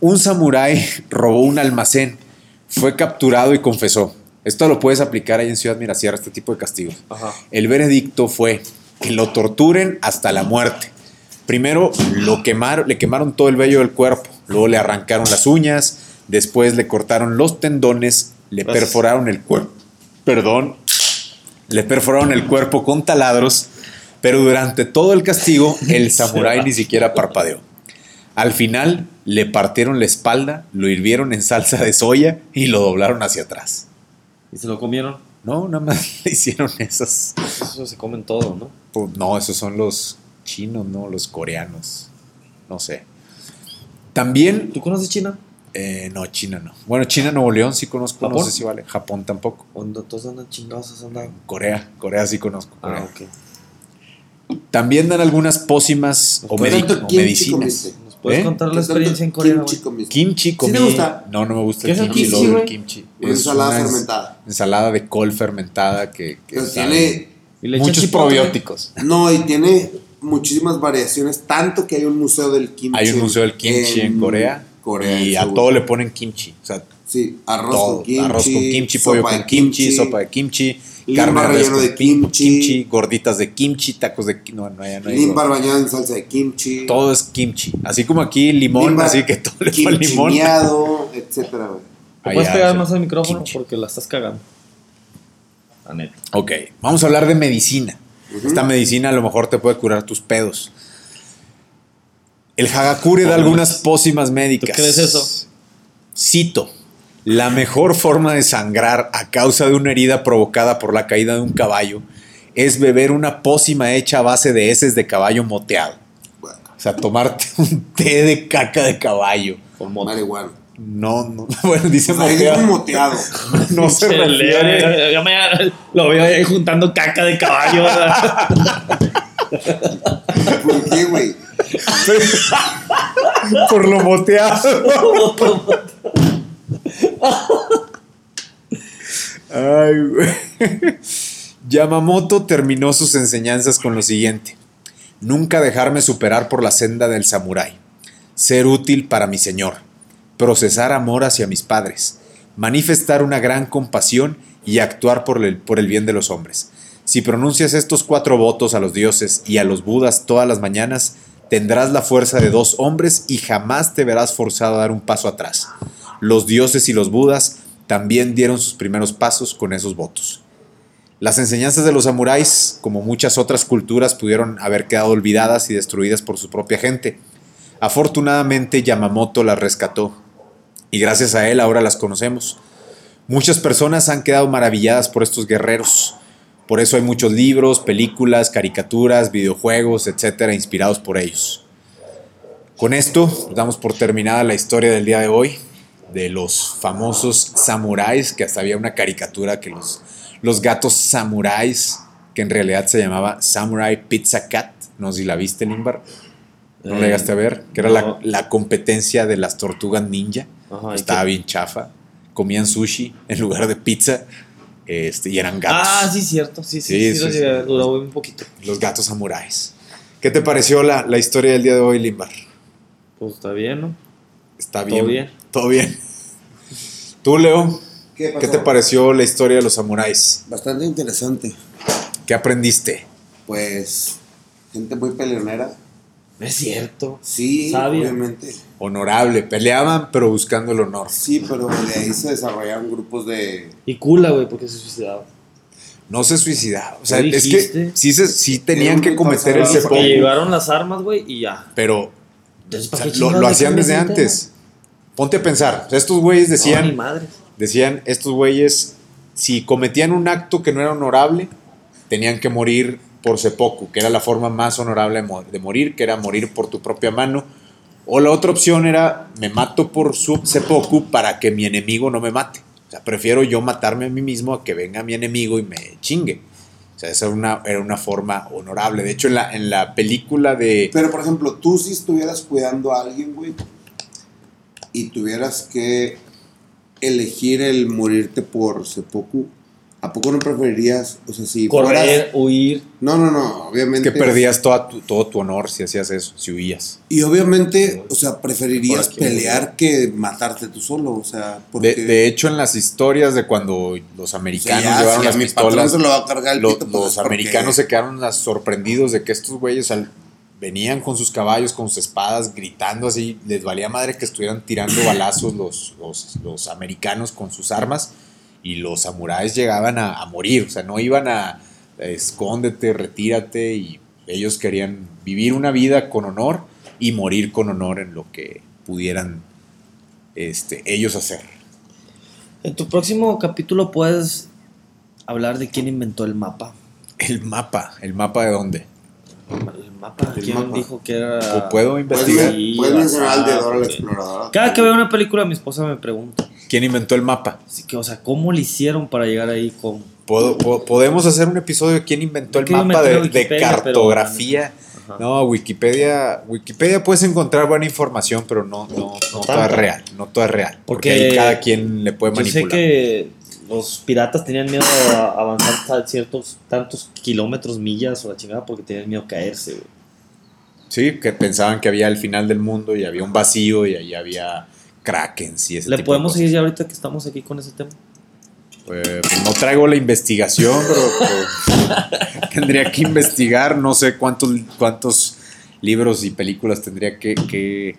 [SPEAKER 1] Un samurái robó un almacén, fue capturado y confesó. Esto lo puedes aplicar ahí en Ciudad Mirasierra, este tipo de castigos.
[SPEAKER 3] Ajá.
[SPEAKER 1] El veredicto fue que lo torturen hasta la muerte. Primero lo quemaron, le quemaron todo el vello del cuerpo, luego le arrancaron las uñas, después le cortaron los tendones, le
[SPEAKER 3] Gracias.
[SPEAKER 1] perforaron el cuerpo. Perdón. Le perforaron el cuerpo con taladros, pero durante todo el castigo el samurái ni siquiera parpadeó. Al final le partieron la espalda, lo hirvieron en salsa de soya y lo doblaron hacia atrás.
[SPEAKER 4] Y se lo comieron.
[SPEAKER 1] No, nada más le hicieron esas.
[SPEAKER 4] Eso se comen todo, ¿no?
[SPEAKER 1] Pues, no, esos son los chinos, no, los coreanos. No sé. También,
[SPEAKER 4] ¿Tú conoces China?
[SPEAKER 1] eh, no, China no. Bueno, China, Nuevo León sí conozco, no
[SPEAKER 4] ¿Japón?
[SPEAKER 1] sé si vale. Japón tampoco.
[SPEAKER 4] Cuando todos andan chingados, esos andan.
[SPEAKER 1] Corea, Corea sí conozco.
[SPEAKER 4] Ah,
[SPEAKER 1] Corea.
[SPEAKER 4] ok.
[SPEAKER 1] También dan algunas pócimas o,
[SPEAKER 4] Pues,
[SPEAKER 1] medi-
[SPEAKER 2] tanto
[SPEAKER 1] o
[SPEAKER 2] kimchi
[SPEAKER 1] medicinas.
[SPEAKER 2] comiste?
[SPEAKER 4] ¿Nos puedes
[SPEAKER 1] ¿Eh?
[SPEAKER 4] contar la
[SPEAKER 2] ¿Qué tanto
[SPEAKER 4] experiencia en Corea, güey?
[SPEAKER 2] kimchi comiste?
[SPEAKER 1] Kimchi comí.
[SPEAKER 2] te gusta?
[SPEAKER 1] No, no me gusta
[SPEAKER 4] ¿Qué es el kimchi,
[SPEAKER 1] lo del
[SPEAKER 4] güey?
[SPEAKER 1] kimchi.
[SPEAKER 2] Una
[SPEAKER 1] Es
[SPEAKER 2] ensalada
[SPEAKER 1] una ens-
[SPEAKER 2] fermentada.
[SPEAKER 1] Ensalada de col fermentada que, que
[SPEAKER 2] Pero
[SPEAKER 1] sabe-
[SPEAKER 2] tiene.
[SPEAKER 4] Y le echan
[SPEAKER 1] muchos
[SPEAKER 4] chipotle.
[SPEAKER 1] probióticos.
[SPEAKER 2] No, y tiene muchísimas variaciones. Tanto que hay un museo del kimchi.
[SPEAKER 1] Hay un museo del kimchi en, Corea,
[SPEAKER 2] Corea,
[SPEAKER 1] y
[SPEAKER 2] en
[SPEAKER 1] a
[SPEAKER 2] Seúl.
[SPEAKER 1] todo le ponen kimchi. O sea,
[SPEAKER 2] Sí, arroz
[SPEAKER 1] todo.
[SPEAKER 2] con kimchi.
[SPEAKER 1] arroz con kimchi, pollo
[SPEAKER 2] sopa de
[SPEAKER 1] con kimchi, sopa de kimchi,
[SPEAKER 2] Limba
[SPEAKER 1] carne de res
[SPEAKER 2] relleno
[SPEAKER 1] con
[SPEAKER 2] de
[SPEAKER 1] pim-
[SPEAKER 2] kimchi.
[SPEAKER 1] gorditas de kimchi, tacos de kimchi, no, no, ya no hay
[SPEAKER 2] Limbar
[SPEAKER 1] gordo.
[SPEAKER 2] bañado en salsa de kimchi.
[SPEAKER 1] todo es kimchi, así como aquí limón,
[SPEAKER 2] limbar
[SPEAKER 1] así que todo le ponen limón.
[SPEAKER 2] kimchineado, etcétera, güey.
[SPEAKER 4] ¿Te puedes
[SPEAKER 1] Allá,
[SPEAKER 4] pegar
[SPEAKER 1] sí.
[SPEAKER 4] más al micrófono?
[SPEAKER 1] Kimchi.
[SPEAKER 4] Porque la estás cagando. La neta.
[SPEAKER 1] Ok, vamos a hablar de medicina.
[SPEAKER 2] Ujú.
[SPEAKER 1] Esta medicina a lo mejor te puede curar tus pedos. El Hagakure da algunas pócimas médicas.
[SPEAKER 4] ¿Tú crees eso?
[SPEAKER 1] Cito. La mejor forma de sangrar a causa de una herida provocada por la caída de un caballo es beber una pócima hecha a base de heces de caballo moteado.
[SPEAKER 2] Bueno,
[SPEAKER 1] O sea, tomarte un té de caca de caballo.
[SPEAKER 4] Con moto.
[SPEAKER 2] marihuana.
[SPEAKER 1] No, no, bueno, dice
[SPEAKER 2] O sea, es un
[SPEAKER 1] moteado.
[SPEAKER 2] moteado.
[SPEAKER 1] No se refiere.
[SPEAKER 4] Eh, yo me- lo veo ahí juntando caca de caballo. ¿verdad?
[SPEAKER 2] ¿Por qué, güey?
[SPEAKER 1] Por lo moteado. Ay, güey. Yamamoto terminó sus enseñanzas con lo siguiente. Nunca dejarme superar por la senda del samurái. Ser útil para mi señor. Procesar amor hacia mis padres. Manifestar una gran compasión y actuar por el, por el bien de los hombres. Si pronuncias estos cuatro votos a los dioses y a los budas todas las mañanas, tendrás la fuerza de dos hombres y jamás te verás forzado a dar un paso atrás. Los dioses y los budas también dieron sus primeros pasos con esos votos. Las enseñanzas de los samuráis, como muchas otras culturas, pudieron haber quedado olvidadas y destruidas por su propia gente. Afortunadamente Yamamoto las rescató y gracias a él ahora las conocemos. Muchas personas han quedado maravilladas por estos guerreros. Por eso hay muchos libros, películas, caricaturas, videojuegos, etcétera, inspirados por ellos. Con esto damos por terminada la historia del día de hoy de los famosos samuráis, que hasta había una caricatura que los, los gatos samuráis, que en realidad se llamaba Samurai Pizza Cat, no sé si la viste, Limbar, no la
[SPEAKER 4] Eh,
[SPEAKER 1] llegaste a ver, que era
[SPEAKER 4] no.
[SPEAKER 1] la, la competencia de las tortugas ninja,
[SPEAKER 4] Ajá, ¿y
[SPEAKER 1] estaba
[SPEAKER 4] qué?
[SPEAKER 1] bien chafa, comían sushi en lugar de pizza, este, y eran gatos.
[SPEAKER 4] Ah, sí, cierto. Sí, sí,
[SPEAKER 1] Sí,
[SPEAKER 4] sí.
[SPEAKER 1] sí,
[SPEAKER 4] lo
[SPEAKER 1] sí.
[SPEAKER 4] llegué- Lo veo un poquito.
[SPEAKER 1] Los gatos samuráis. ¿Qué te pareció la, la historia del día de hoy, Limbar?
[SPEAKER 4] Pues está bien, ¿no?
[SPEAKER 1] Está
[SPEAKER 4] Todo
[SPEAKER 1] bien.
[SPEAKER 4] bien.
[SPEAKER 1] Todo bien. Tú, Leo,
[SPEAKER 2] ¿Qué,
[SPEAKER 1] ¿qué
[SPEAKER 2] pasó?
[SPEAKER 1] te pareció la historia de los samuráis?
[SPEAKER 2] Bastante interesante.
[SPEAKER 1] ¿Qué aprendiste?
[SPEAKER 2] Pues, gente muy peleonera.
[SPEAKER 4] No es cierto.
[SPEAKER 2] Sí,
[SPEAKER 4] Sabia.
[SPEAKER 2] obviamente.
[SPEAKER 1] Honorable. Peleaban, pero buscando el honor.
[SPEAKER 2] Sí, pero de ahí se desarrollaron grupos de...
[SPEAKER 4] Y cula, güey, porque se suicidaba.
[SPEAKER 1] No se suicidaba. O sea,
[SPEAKER 4] ¿Qué
[SPEAKER 1] es que
[SPEAKER 4] dijiste?
[SPEAKER 1] sí, se- sí tenían
[SPEAKER 2] Era
[SPEAKER 1] que
[SPEAKER 2] muy
[SPEAKER 1] cometer el
[SPEAKER 2] pasado.
[SPEAKER 4] Porque
[SPEAKER 2] se pongo.
[SPEAKER 1] seppuku,
[SPEAKER 4] llevaron las armas, güey, y ya.
[SPEAKER 1] pero
[SPEAKER 4] Entonces,
[SPEAKER 1] o sea,
[SPEAKER 4] ¿para qué
[SPEAKER 1] lo,
[SPEAKER 4] chingados
[SPEAKER 1] lo hacían
[SPEAKER 4] dejaron
[SPEAKER 1] desde
[SPEAKER 4] ese
[SPEAKER 1] antes. Ponte a pensar. O sea, estos güeyes
[SPEAKER 4] tema? No, ni
[SPEAKER 1] decían,
[SPEAKER 4] madres.
[SPEAKER 1] decían, estos güeyes, si cometían un acto que no era honorable, tenían que morir por seppuku, que era la forma más honorable de mo- de morir, que era morir por tu propia mano. O la otra opción era, me mato por su seppuku para que mi enemigo no me mate. O sea, prefiero yo matarme a mí mismo a que venga mi enemigo y me chingue. O sea, esa era una, era una forma honorable. De hecho, en la, en la película de...
[SPEAKER 2] Pero, por ejemplo, tú si estuvieras cuidando a alguien, güey, y tuvieras que elegir el morirte por seppuku, ¿a poco no preferirías, o sea, si
[SPEAKER 4] Correr,
[SPEAKER 2] fueras-
[SPEAKER 4] huir.
[SPEAKER 2] No, no, no,
[SPEAKER 1] Es
[SPEAKER 2] obviamente.
[SPEAKER 1] que perdías toda tu- todo tu honor si hacías eso, si huías.
[SPEAKER 2] Y obviamente, o sea, preferirías
[SPEAKER 3] Por aquí.
[SPEAKER 2] pelear que matarte tú solo, o sea, porque...
[SPEAKER 1] De, de hecho, en las historias de cuando los
[SPEAKER 2] o sea,
[SPEAKER 1] americanos
[SPEAKER 2] ya,
[SPEAKER 1] llevaron
[SPEAKER 2] si
[SPEAKER 1] las
[SPEAKER 2] a mi patrón
[SPEAKER 1] pistolas,
[SPEAKER 2] se lo va a cargar el
[SPEAKER 1] lo-
[SPEAKER 2] pito, pues,
[SPEAKER 1] los
[SPEAKER 2] porque-
[SPEAKER 1] americanos se quedaron las- sorprendidos de que estos güeyes al- venían con sus caballos, con sus espadas, gritando así. Les valía madre que estuvieran tirando balazos los, los, los americanos con sus armas y los samuráis llegaban a, a morir. O sea, no iban a, a escóndete, retírate y ellos querían vivir una vida con honor y morir con honor en lo que pudieran este, ellos hacer.
[SPEAKER 4] En tu próximo capítulo puedes hablar de quién inventó el mapa.
[SPEAKER 1] El mapa, el mapa de dónde.
[SPEAKER 4] El mapa,
[SPEAKER 2] El
[SPEAKER 4] quién
[SPEAKER 2] mapa.
[SPEAKER 4] dijo que era.
[SPEAKER 1] ¿O puedo
[SPEAKER 2] Puedes
[SPEAKER 1] investigar?
[SPEAKER 4] Ah, pues Sí,
[SPEAKER 2] puedes mencionar al de
[SPEAKER 1] Ah,
[SPEAKER 4] WhatsApp,
[SPEAKER 2] Dora la
[SPEAKER 4] porque-
[SPEAKER 2] Exploradora.
[SPEAKER 4] Cada que veo una película, mi esposa me pregunta.
[SPEAKER 1] ¿Quién inventó el mapa?
[SPEAKER 4] Así que, o sea, ¿cómo le hicieron para llegar ahí? ¿Cómo?
[SPEAKER 1] Puedo- po- podemos hacer un episodio de quién inventó
[SPEAKER 4] Yo
[SPEAKER 1] el
[SPEAKER 4] quiero
[SPEAKER 1] mapa
[SPEAKER 4] meter a
[SPEAKER 1] de, de
[SPEAKER 4] Wikipedia, pero-
[SPEAKER 1] cartografía.
[SPEAKER 4] Ajá.
[SPEAKER 1] No, Wikipedia, Wikipedia puedes encontrar buena información, pero no, no, no toda
[SPEAKER 4] tanta.
[SPEAKER 1] real, no toda real. Porque,
[SPEAKER 4] Porque
[SPEAKER 1] ahí cada quien le puede
[SPEAKER 4] Yo sé
[SPEAKER 1] manipular.
[SPEAKER 4] que los piratas tenían miedo a avanzar a ciertos tantos kilómetros, millas o la chingada porque tenían miedo a caerse. güey.
[SPEAKER 1] Sí, que pensaban que había el final del mundo y había un vacío y ahí había krakens y ese
[SPEAKER 4] ¿Le
[SPEAKER 1] tipo de
[SPEAKER 4] podemos
[SPEAKER 1] cosas.
[SPEAKER 4] seguir ya ahorita que estamos aquí con ese tema?
[SPEAKER 1] Eh, pues no traigo la investigación, pero pues, tendría que investigar. No sé cuántos, cuántos libros y películas tendría que, que-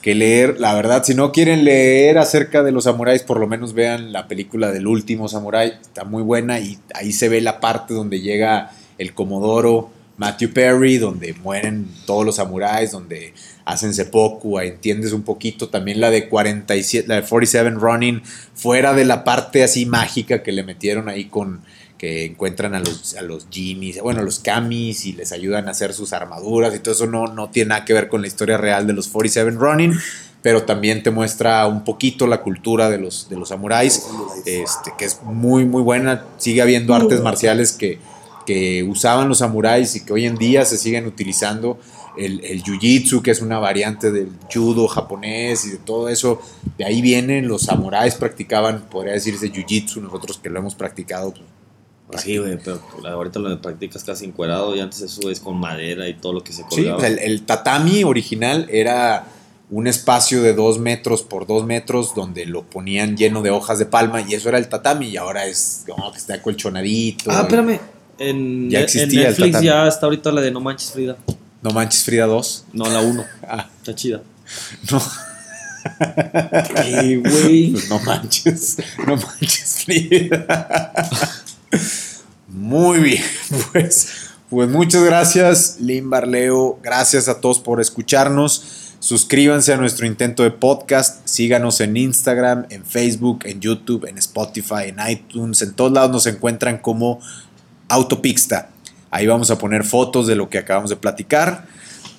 [SPEAKER 1] que leer. La verdad, si no quieren leer acerca de los samuráis, por lo menos vean la película del último samurái. Está muy buena y ahí se ve la parte donde llega el Comodoro. Matthew Perry, donde mueren todos los samuráis, donde hacen seppuku, ahí entiendes un poquito. También la de 47, la de 47 Running, fuera de la parte así mágica que le metieron ahí con que encuentran a los, a los genies, bueno, a los kamis y les ayudan a hacer sus armaduras y todo eso no, no tiene nada que ver con la historia real de los 47 Running, pero también te muestra un poquito la cultura de los, de los samuráis, este, que es muy, muy buena. Sigue habiendo artes marciales que, que usaban los samuráis y que hoy en día se siguen utilizando. El, el jiu-jitsu, que es una variante del judo japonés y de todo eso, de ahí vienen, los samuráis practicaban, podría decirse, jiu-jitsu, nosotros que lo hemos practicado. pues,
[SPEAKER 4] Sí, güey, pero ahorita lo practicas casi encuerado y antes eso es con madera y todo lo que se
[SPEAKER 1] sí,
[SPEAKER 4] colgaba.
[SPEAKER 1] pues, el, el tatami original era un espacio de dos metros por dos metros donde lo ponían lleno de hojas de palma y eso era el tatami y ahora es como que está colchonadito.
[SPEAKER 4] ah, espérame. En,
[SPEAKER 1] Ya
[SPEAKER 4] en
[SPEAKER 1] existía el
[SPEAKER 4] Netflix
[SPEAKER 1] tatami.
[SPEAKER 4] ya está ahorita la de No Manches Frida.
[SPEAKER 1] No manches Frida 2.
[SPEAKER 4] No, la 1.
[SPEAKER 1] Ah,
[SPEAKER 4] Está chida.
[SPEAKER 1] no,
[SPEAKER 4] Ey, güey.
[SPEAKER 1] pues no manches, no manches Frida. Muy bien, pues, pues muchas gracias, Lin Barleo. Gracias a todos por escucharnos. Suscríbanse a nuestro intento de podcast. Síganos en Instagram, en Facebook, en YouTube, en Spotify, en iTunes. En todos lados nos encuentran como Autopixta. Ahí vamos a poner fotos de lo que acabamos de platicar.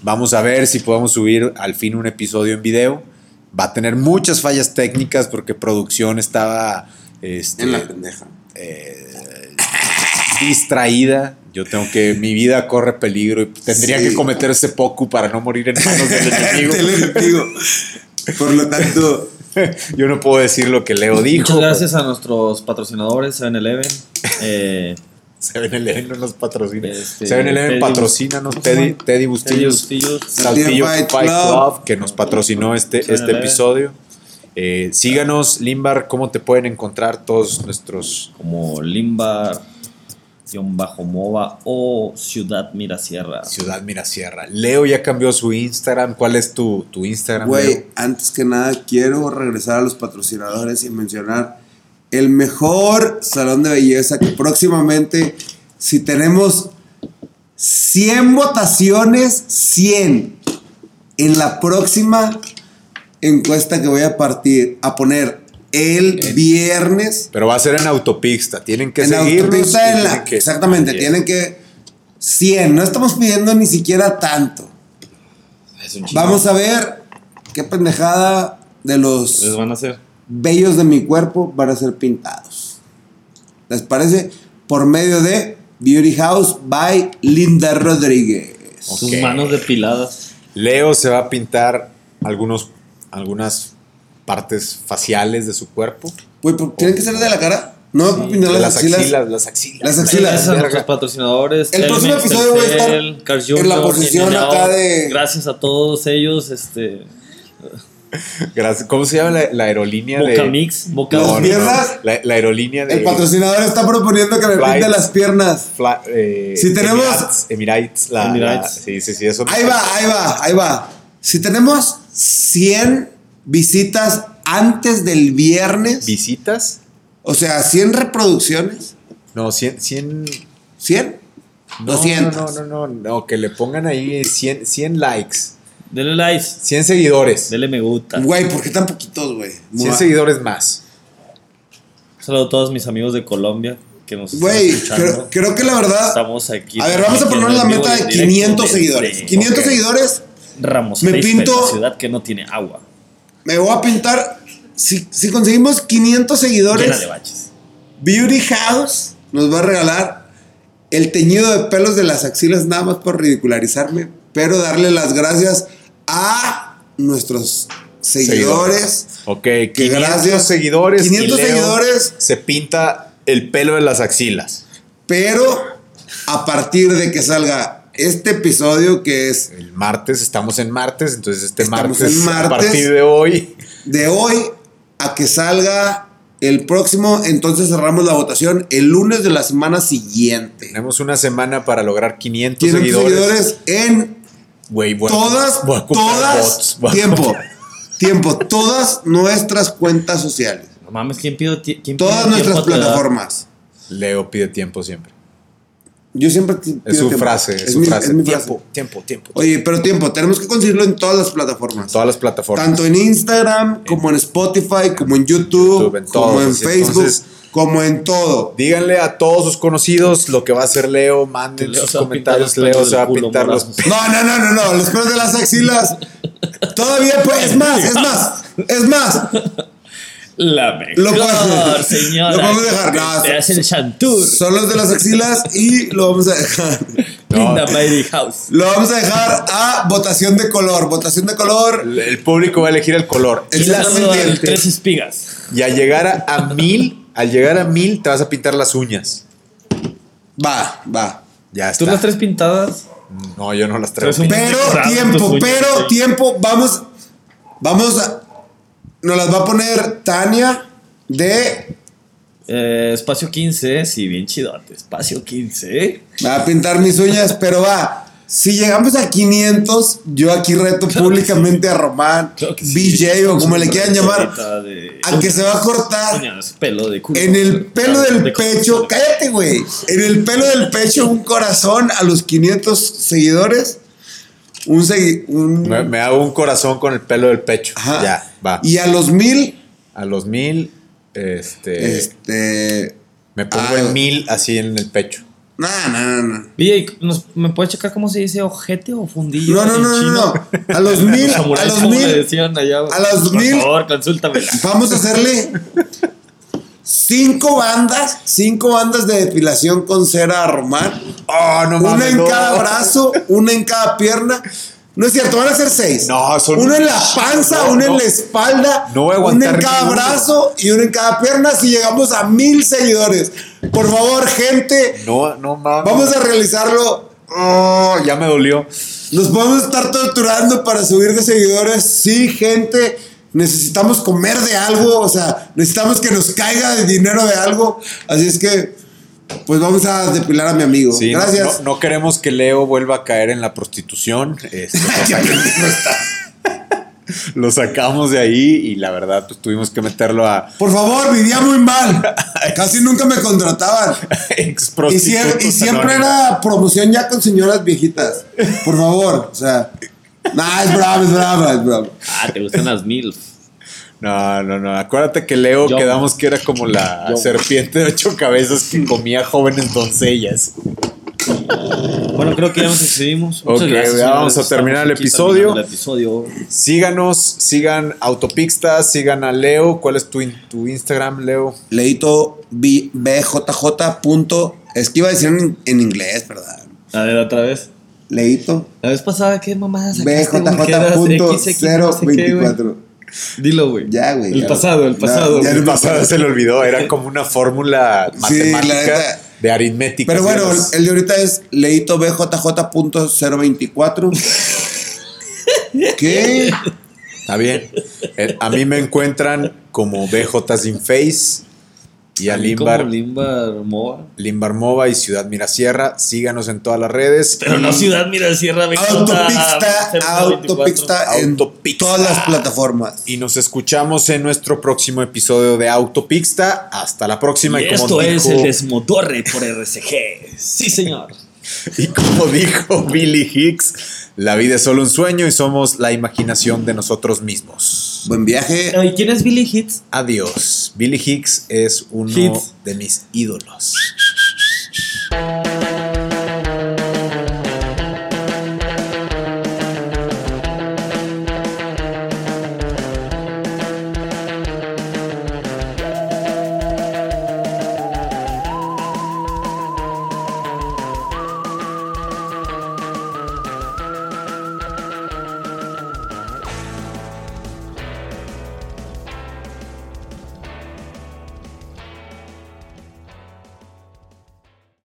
[SPEAKER 1] Vamos a ver si podemos subir al fin un episodio en video. Va a tener muchas fallas técnicas porque producción estaba este,
[SPEAKER 2] En la pendeja.
[SPEAKER 1] eh, distraída. Yo tengo que. Mi vida corre peligro y tendría
[SPEAKER 2] Sí.
[SPEAKER 1] que cometer ese poco para no morir en manos del
[SPEAKER 2] Te
[SPEAKER 1] enemigo.
[SPEAKER 2] lo digo. Por lo tanto,
[SPEAKER 1] Yo no puedo decir lo que Leo dijo.
[SPEAKER 4] Muchas gracias a nuestros patrocinadores, 7-Eleven. Eh,
[SPEAKER 1] Seven Eleven no nos patrocina.
[SPEAKER 4] Este,
[SPEAKER 1] Seven Eleven
[SPEAKER 4] Teddy-
[SPEAKER 1] patrocínanos.
[SPEAKER 4] ¿cómo se
[SPEAKER 1] Teddy,
[SPEAKER 4] llama?
[SPEAKER 1] Teddy
[SPEAKER 4] Teddy
[SPEAKER 1] Bustillos.
[SPEAKER 4] Bustillos.
[SPEAKER 1] Saltillo Fight
[SPEAKER 2] Fight
[SPEAKER 1] Club,
[SPEAKER 2] Club.
[SPEAKER 1] que nos patrocinó este,
[SPEAKER 4] Seven
[SPEAKER 1] este
[SPEAKER 4] Eleven.
[SPEAKER 1] episodio. Eh, síganos, Limbar, ¿cómo te pueden encontrar todos nuestros...
[SPEAKER 4] como Limbar, guión bajo Mova o Ciudad Mirasierra.
[SPEAKER 1] Ciudad Mirasierra? Leo ya cambió su Instagram, ¿cuál es tu, tu Instagram? Leo?
[SPEAKER 2] güey, antes que nada, quiero regresar a los patrocinadores y mencionar el mejor salón de belleza que próximamente, si tenemos 100 votaciones, 100, en la próxima encuesta que voy a partir, a poner el viernes.
[SPEAKER 1] Pero va a ser en Autopista, tienen que
[SPEAKER 2] en la
[SPEAKER 1] seguirnos
[SPEAKER 2] autopista,
[SPEAKER 1] y
[SPEAKER 2] en la-
[SPEAKER 1] tienen que-
[SPEAKER 2] exactamente,
[SPEAKER 1] Así es.
[SPEAKER 2] tienen que 100, no estamos pidiendo ni siquiera tanto.
[SPEAKER 4] Es un chingo.
[SPEAKER 2] Vamos a ver qué pendejada de los
[SPEAKER 4] Les van a hacer.
[SPEAKER 2] vellos de mi cuerpo para ser pintados. ¿Les parece? Por medio de Beauty House by Linda Rodríguez.
[SPEAKER 4] Sus
[SPEAKER 1] Ok.
[SPEAKER 4] manos depiladas.
[SPEAKER 1] Leo se va a pintar algunos, algunas partes faciales de su cuerpo.
[SPEAKER 2] Güey, ¿por- ¿tienen que ser de la cara? No me puedo pintar las,
[SPEAKER 1] las
[SPEAKER 2] axilas.
[SPEAKER 1] axilas, las axilas.
[SPEAKER 2] Las
[SPEAKER 4] Sí,
[SPEAKER 2] axilas.
[SPEAKER 4] Gracias a nuestros
[SPEAKER 1] verga.
[SPEAKER 4] patrocinadores.
[SPEAKER 2] El próximo episodio voy a estar
[SPEAKER 4] Carl
[SPEAKER 2] en la
[SPEAKER 4] Junior,
[SPEAKER 2] posición
[SPEAKER 4] NNO.
[SPEAKER 2] acá de-
[SPEAKER 4] Gracias a todos ellos. Este,
[SPEAKER 1] Gracias. ¿Cómo se llama la, la aerolínea de.
[SPEAKER 4] Bocamix, Boca
[SPEAKER 2] Los
[SPEAKER 1] No, no, no.
[SPEAKER 2] piernas.
[SPEAKER 1] La, la aerolínea de.
[SPEAKER 2] El patrocinador está proponiendo que me
[SPEAKER 1] Flight.
[SPEAKER 2] pinte las piernas.
[SPEAKER 1] Fla- eh,
[SPEAKER 2] Si tenemos-
[SPEAKER 1] Emirates, Emirates, la,
[SPEAKER 4] Emirates.
[SPEAKER 1] la- sí, sí, sí, eso.
[SPEAKER 2] Ahí va, ahí va, ahí va. Si tenemos 100 visitas antes del viernes,
[SPEAKER 1] ¿Visitas?
[SPEAKER 2] o sea, 100 reproducciones,
[SPEAKER 1] No, 100. 100
[SPEAKER 2] 100,
[SPEAKER 1] no,
[SPEAKER 2] 200.
[SPEAKER 1] No, no, no, no, no, que le pongan ahí 100, 100 likes,
[SPEAKER 4] Denle likes,
[SPEAKER 1] 100 seguidores,
[SPEAKER 4] denle me gusta.
[SPEAKER 2] Güey, ¿por qué tan poquitos, güey?
[SPEAKER 1] 100
[SPEAKER 2] Mua.
[SPEAKER 1] seguidores más.
[SPEAKER 4] Saludos a todos mis amigos de Colombia que nos están
[SPEAKER 2] Güey,
[SPEAKER 4] escuchando.
[SPEAKER 2] creo, creo que la verdad.
[SPEAKER 4] Estamos aquí.
[SPEAKER 2] A ver, vamos a
[SPEAKER 4] Aquí
[SPEAKER 2] poner
[SPEAKER 4] en
[SPEAKER 2] la
[SPEAKER 4] vivo
[SPEAKER 2] meta
[SPEAKER 4] y en
[SPEAKER 2] de
[SPEAKER 4] directo
[SPEAKER 2] 500
[SPEAKER 4] desde
[SPEAKER 2] seguidores. 500
[SPEAKER 1] ok.
[SPEAKER 2] seguidores,
[SPEAKER 4] Ramos
[SPEAKER 2] Me
[SPEAKER 4] Arizpe,
[SPEAKER 2] pinto-
[SPEAKER 4] la ciudad que no tiene agua.
[SPEAKER 2] me voy a pintar. Si, si conseguimos 500
[SPEAKER 4] Llena
[SPEAKER 2] seguidores,
[SPEAKER 4] de baches.
[SPEAKER 2] Beauty House nos va a regalar el teñido de pelos de las axilas, nada más por ridicularizarme, pero darle las gracias a nuestros seguidores.
[SPEAKER 1] Ok, 500
[SPEAKER 2] gracias.
[SPEAKER 1] seguidores.
[SPEAKER 2] 500
[SPEAKER 1] y Leo
[SPEAKER 2] seguidores.
[SPEAKER 1] Se pinta el pelo de las axilas.
[SPEAKER 2] Pero a partir de que salga este episodio, que es
[SPEAKER 1] El martes, estamos en martes, entonces este
[SPEAKER 2] Estamos
[SPEAKER 1] martes,
[SPEAKER 2] en
[SPEAKER 1] a
[SPEAKER 2] martes.
[SPEAKER 1] partir de hoy,
[SPEAKER 2] de hoy a que salga el próximo, entonces cerramos la votación el lunes de la semana siguiente.
[SPEAKER 1] tenemos una semana para lograr 500,
[SPEAKER 2] 500
[SPEAKER 1] seguidores.
[SPEAKER 2] seguidores en
[SPEAKER 1] Güey, voy a-
[SPEAKER 2] todas,
[SPEAKER 1] voy a comprar bots,
[SPEAKER 2] todas,
[SPEAKER 1] voy a
[SPEAKER 2] tiempo,
[SPEAKER 1] comprar-
[SPEAKER 2] tiempo, todas nuestras cuentas sociales,
[SPEAKER 4] No mames, ¿quién pidió ti- quién
[SPEAKER 2] todas
[SPEAKER 4] pidió
[SPEAKER 2] nuestras
[SPEAKER 4] tiempo a tu edad?
[SPEAKER 2] plataformas.
[SPEAKER 1] Leo pide tiempo siempre.
[SPEAKER 2] Yo siempre te-
[SPEAKER 1] Es
[SPEAKER 2] pido
[SPEAKER 1] su
[SPEAKER 2] tiempo.
[SPEAKER 1] frase, es,
[SPEAKER 2] Es
[SPEAKER 1] su
[SPEAKER 2] mi-
[SPEAKER 1] frase.
[SPEAKER 2] es mi
[SPEAKER 1] tiempo,
[SPEAKER 2] frase.
[SPEAKER 1] tiempo, tiempo,
[SPEAKER 2] Oye, pero tiempo, tenemos que conseguirlo en todas las plataformas.
[SPEAKER 1] Todas las plataformas.
[SPEAKER 2] Tanto en Instagram, como en Spotify, como en YouTube,
[SPEAKER 1] YouTube, en
[SPEAKER 2] como
[SPEAKER 1] todos.
[SPEAKER 2] en
[SPEAKER 1] Así,
[SPEAKER 2] Facebook,
[SPEAKER 1] entonces-
[SPEAKER 2] como en todo.
[SPEAKER 1] Díganle a todos sus conocidos lo que va a hacer Leo. Manden
[SPEAKER 4] Leo
[SPEAKER 1] sus
[SPEAKER 4] se va a pintar
[SPEAKER 1] comentarios.
[SPEAKER 4] los
[SPEAKER 1] Leo
[SPEAKER 4] pelos
[SPEAKER 1] se va a
[SPEAKER 4] del culo,
[SPEAKER 1] pintar los
[SPEAKER 4] morazos.
[SPEAKER 1] pelos.
[SPEAKER 2] No, no, no, no, no, los pelos de las axilas. Todavía, pues, es más, es más, es más.
[SPEAKER 4] La
[SPEAKER 2] Lo
[SPEAKER 4] mejor,
[SPEAKER 2] podemos-
[SPEAKER 4] señora.
[SPEAKER 2] lo podemos dejar, no,
[SPEAKER 4] Te
[SPEAKER 2] so-
[SPEAKER 4] hacen chantur.
[SPEAKER 2] Son los de las axilas y lo vamos a dejar.
[SPEAKER 4] Linda Mighty House.
[SPEAKER 2] Lo vamos a dejar a votación de color. Votación de color.
[SPEAKER 1] El, el público va a elegir el color.
[SPEAKER 4] Y la
[SPEAKER 2] Exactamente.
[SPEAKER 4] boda de tres espigas.
[SPEAKER 1] Y al llegar a, a mil, al llegar a mil, te vas a pintar las uñas.
[SPEAKER 2] Va, va.
[SPEAKER 1] Ya está.
[SPEAKER 4] ¿Tú las tres pintadas?
[SPEAKER 1] No, yo no las traigo.
[SPEAKER 4] Tú eres un-
[SPEAKER 2] Pero
[SPEAKER 4] Rato,
[SPEAKER 2] tiempo,
[SPEAKER 4] puño,
[SPEAKER 2] pero
[SPEAKER 4] sí.
[SPEAKER 2] tiempo. Vamos. Vamos a. Nos las va a poner Tania de.
[SPEAKER 4] Eh, espacio 15, sí, bien chidote. Espacio 15. ¿eh?
[SPEAKER 2] Va a pintar mis uñas, pero va. Si llegamos a 500, yo aquí reto públicamente a Román,
[SPEAKER 4] Claro que sí.
[SPEAKER 2] BJ o como le quieran llamar,
[SPEAKER 4] Ahorita de-
[SPEAKER 2] a que se va a cortar
[SPEAKER 4] Uñas, pelo de culo.
[SPEAKER 2] En el pelo del
[SPEAKER 4] De culo.
[SPEAKER 2] pecho, cállate, güey. En el pelo del pecho, un corazón a los 500 seguidores. Un segui un-
[SPEAKER 1] Me, me hago un corazón con el pelo del pecho.
[SPEAKER 2] Ajá.
[SPEAKER 1] Ya, va.
[SPEAKER 2] Y a los mil,
[SPEAKER 1] A los mil, este.
[SPEAKER 2] este.
[SPEAKER 1] me pongo
[SPEAKER 2] ah.
[SPEAKER 1] en mil así en el pecho.
[SPEAKER 2] No, no, no, no.
[SPEAKER 4] Oye, ¿nos- ¿me puedes checar cómo se dice ojete o fundillo?
[SPEAKER 2] No, no,
[SPEAKER 4] en
[SPEAKER 2] no, no,
[SPEAKER 4] chino?
[SPEAKER 2] no. A los mil,
[SPEAKER 4] Los
[SPEAKER 2] a
[SPEAKER 4] samuráis,
[SPEAKER 2] los
[SPEAKER 4] ¿cómo le
[SPEAKER 2] mil,
[SPEAKER 4] decían allá?
[SPEAKER 2] a los
[SPEAKER 4] Por
[SPEAKER 2] mil.
[SPEAKER 4] favor, consúltamela.
[SPEAKER 2] vamos a hacerle cinco bandas, cinco bandas de depilación con cera a Román.
[SPEAKER 1] Oh, no
[SPEAKER 2] Una en
[SPEAKER 1] no.
[SPEAKER 2] cada brazo, una en cada pierna. No es cierto, van a ser seis.
[SPEAKER 1] No, son-
[SPEAKER 2] Uno en la panza,
[SPEAKER 1] No,
[SPEAKER 2] uno en
[SPEAKER 1] no.
[SPEAKER 2] la espalda,
[SPEAKER 1] No voy a
[SPEAKER 2] uno en
[SPEAKER 1] aguantar
[SPEAKER 2] cada
[SPEAKER 1] ninguno.
[SPEAKER 2] brazo y uno en cada pierna si llegamos a mil seguidores. Por favor, gente,
[SPEAKER 1] No, no mames.
[SPEAKER 2] vamos a realizarlo.
[SPEAKER 1] Oh, ya me dolió.
[SPEAKER 2] Nos podemos estar torturando para subir de seguidores. Sí, gente, necesitamos comer de algo, o sea, necesitamos que nos caiga de dinero de algo. Así es que, pues vamos a depilar a mi amigo.
[SPEAKER 1] Sí, no-
[SPEAKER 2] Gracias.
[SPEAKER 1] No, no queremos que Leo vuelva a caer en la prostitución. Este, lo,
[SPEAKER 2] Qué
[SPEAKER 1] saca-
[SPEAKER 2] pendejo está.
[SPEAKER 1] lo sacamos de ahí y la verdad, pues tuvimos que meterlo a
[SPEAKER 2] Por favor, vivía muy mal. Casi nunca me contrataban.
[SPEAKER 1] ex
[SPEAKER 2] Y, sie- y siempre era promoción ya con señoras viejitas. Por favor, o sea. Nah, es bravo, es bravo, es bravo.
[SPEAKER 4] Ah, te gustan las mil.
[SPEAKER 1] No, no, no. Acuérdate que Leo
[SPEAKER 4] Yo.
[SPEAKER 1] quedamos que era como la
[SPEAKER 4] Yo.
[SPEAKER 1] serpiente de ocho cabezas que comía jóvenes doncellas.
[SPEAKER 4] Bueno, no creo que ya nos excedimos. Muchas
[SPEAKER 1] Ok,
[SPEAKER 4] gracias,
[SPEAKER 1] ya vamos
[SPEAKER 4] señores.
[SPEAKER 1] a
[SPEAKER 4] Estamos
[SPEAKER 1] terminar el
[SPEAKER 4] aquí
[SPEAKER 1] episodio.
[SPEAKER 4] terminando el episodio.
[SPEAKER 1] Síganos, sigan Autopixta, sigan a Leo. ¿Cuál es tu, in- tu Instagram, Leo?
[SPEAKER 2] Leito B- BJJ. punto- Es que iba a decir en, en inglés, ¿verdad?
[SPEAKER 4] A ver, otra vez.
[SPEAKER 2] Leito
[SPEAKER 4] La vez pasada, ¿qué mamada sacaste? güey? Que este eras XX, no sé qué, güey.
[SPEAKER 2] BJJ.024.
[SPEAKER 4] Dilo, güey.
[SPEAKER 2] Ya, güey.
[SPEAKER 4] El
[SPEAKER 2] ya.
[SPEAKER 4] pasado, el
[SPEAKER 2] No,
[SPEAKER 4] pasado.
[SPEAKER 2] ya
[SPEAKER 4] güey.
[SPEAKER 1] El pasado se le olvidó, era como una fórmula
[SPEAKER 2] Sí, la
[SPEAKER 1] matemática
[SPEAKER 2] neta.
[SPEAKER 1] de aritmética.
[SPEAKER 2] Pero bueno,
[SPEAKER 1] ¿sí?
[SPEAKER 2] el de ahorita es Leito BJJ.024. ¿Qué?
[SPEAKER 1] está bien. Eh, A mí me encuentran como BJ Sin Face y a
[SPEAKER 4] A mí
[SPEAKER 1] Limbar,
[SPEAKER 4] como Limbar Mova.
[SPEAKER 1] Limbar Mova y Ciudad Mirasierra. Síganos en todas las redes.
[SPEAKER 4] Pero no Ciudad Mira Sierra
[SPEAKER 2] Autopista, autopista en
[SPEAKER 1] Autopista.
[SPEAKER 2] todas las plataformas.
[SPEAKER 1] Y nos escuchamos en nuestro próximo episodio de Autopixta. Hasta la próxima.
[SPEAKER 4] Y esto es el Desmotorre por RCG. Sí, señor.
[SPEAKER 1] Y como dijo Billy Hicks, la vida es solo un sueño y somos la imaginación de nosotros mismos.
[SPEAKER 2] Buen viaje.
[SPEAKER 4] ¿Y quién es Billy Hits?
[SPEAKER 1] Adiós. Billy Hicks es uno
[SPEAKER 4] Hicks.
[SPEAKER 1] de mis ídolos.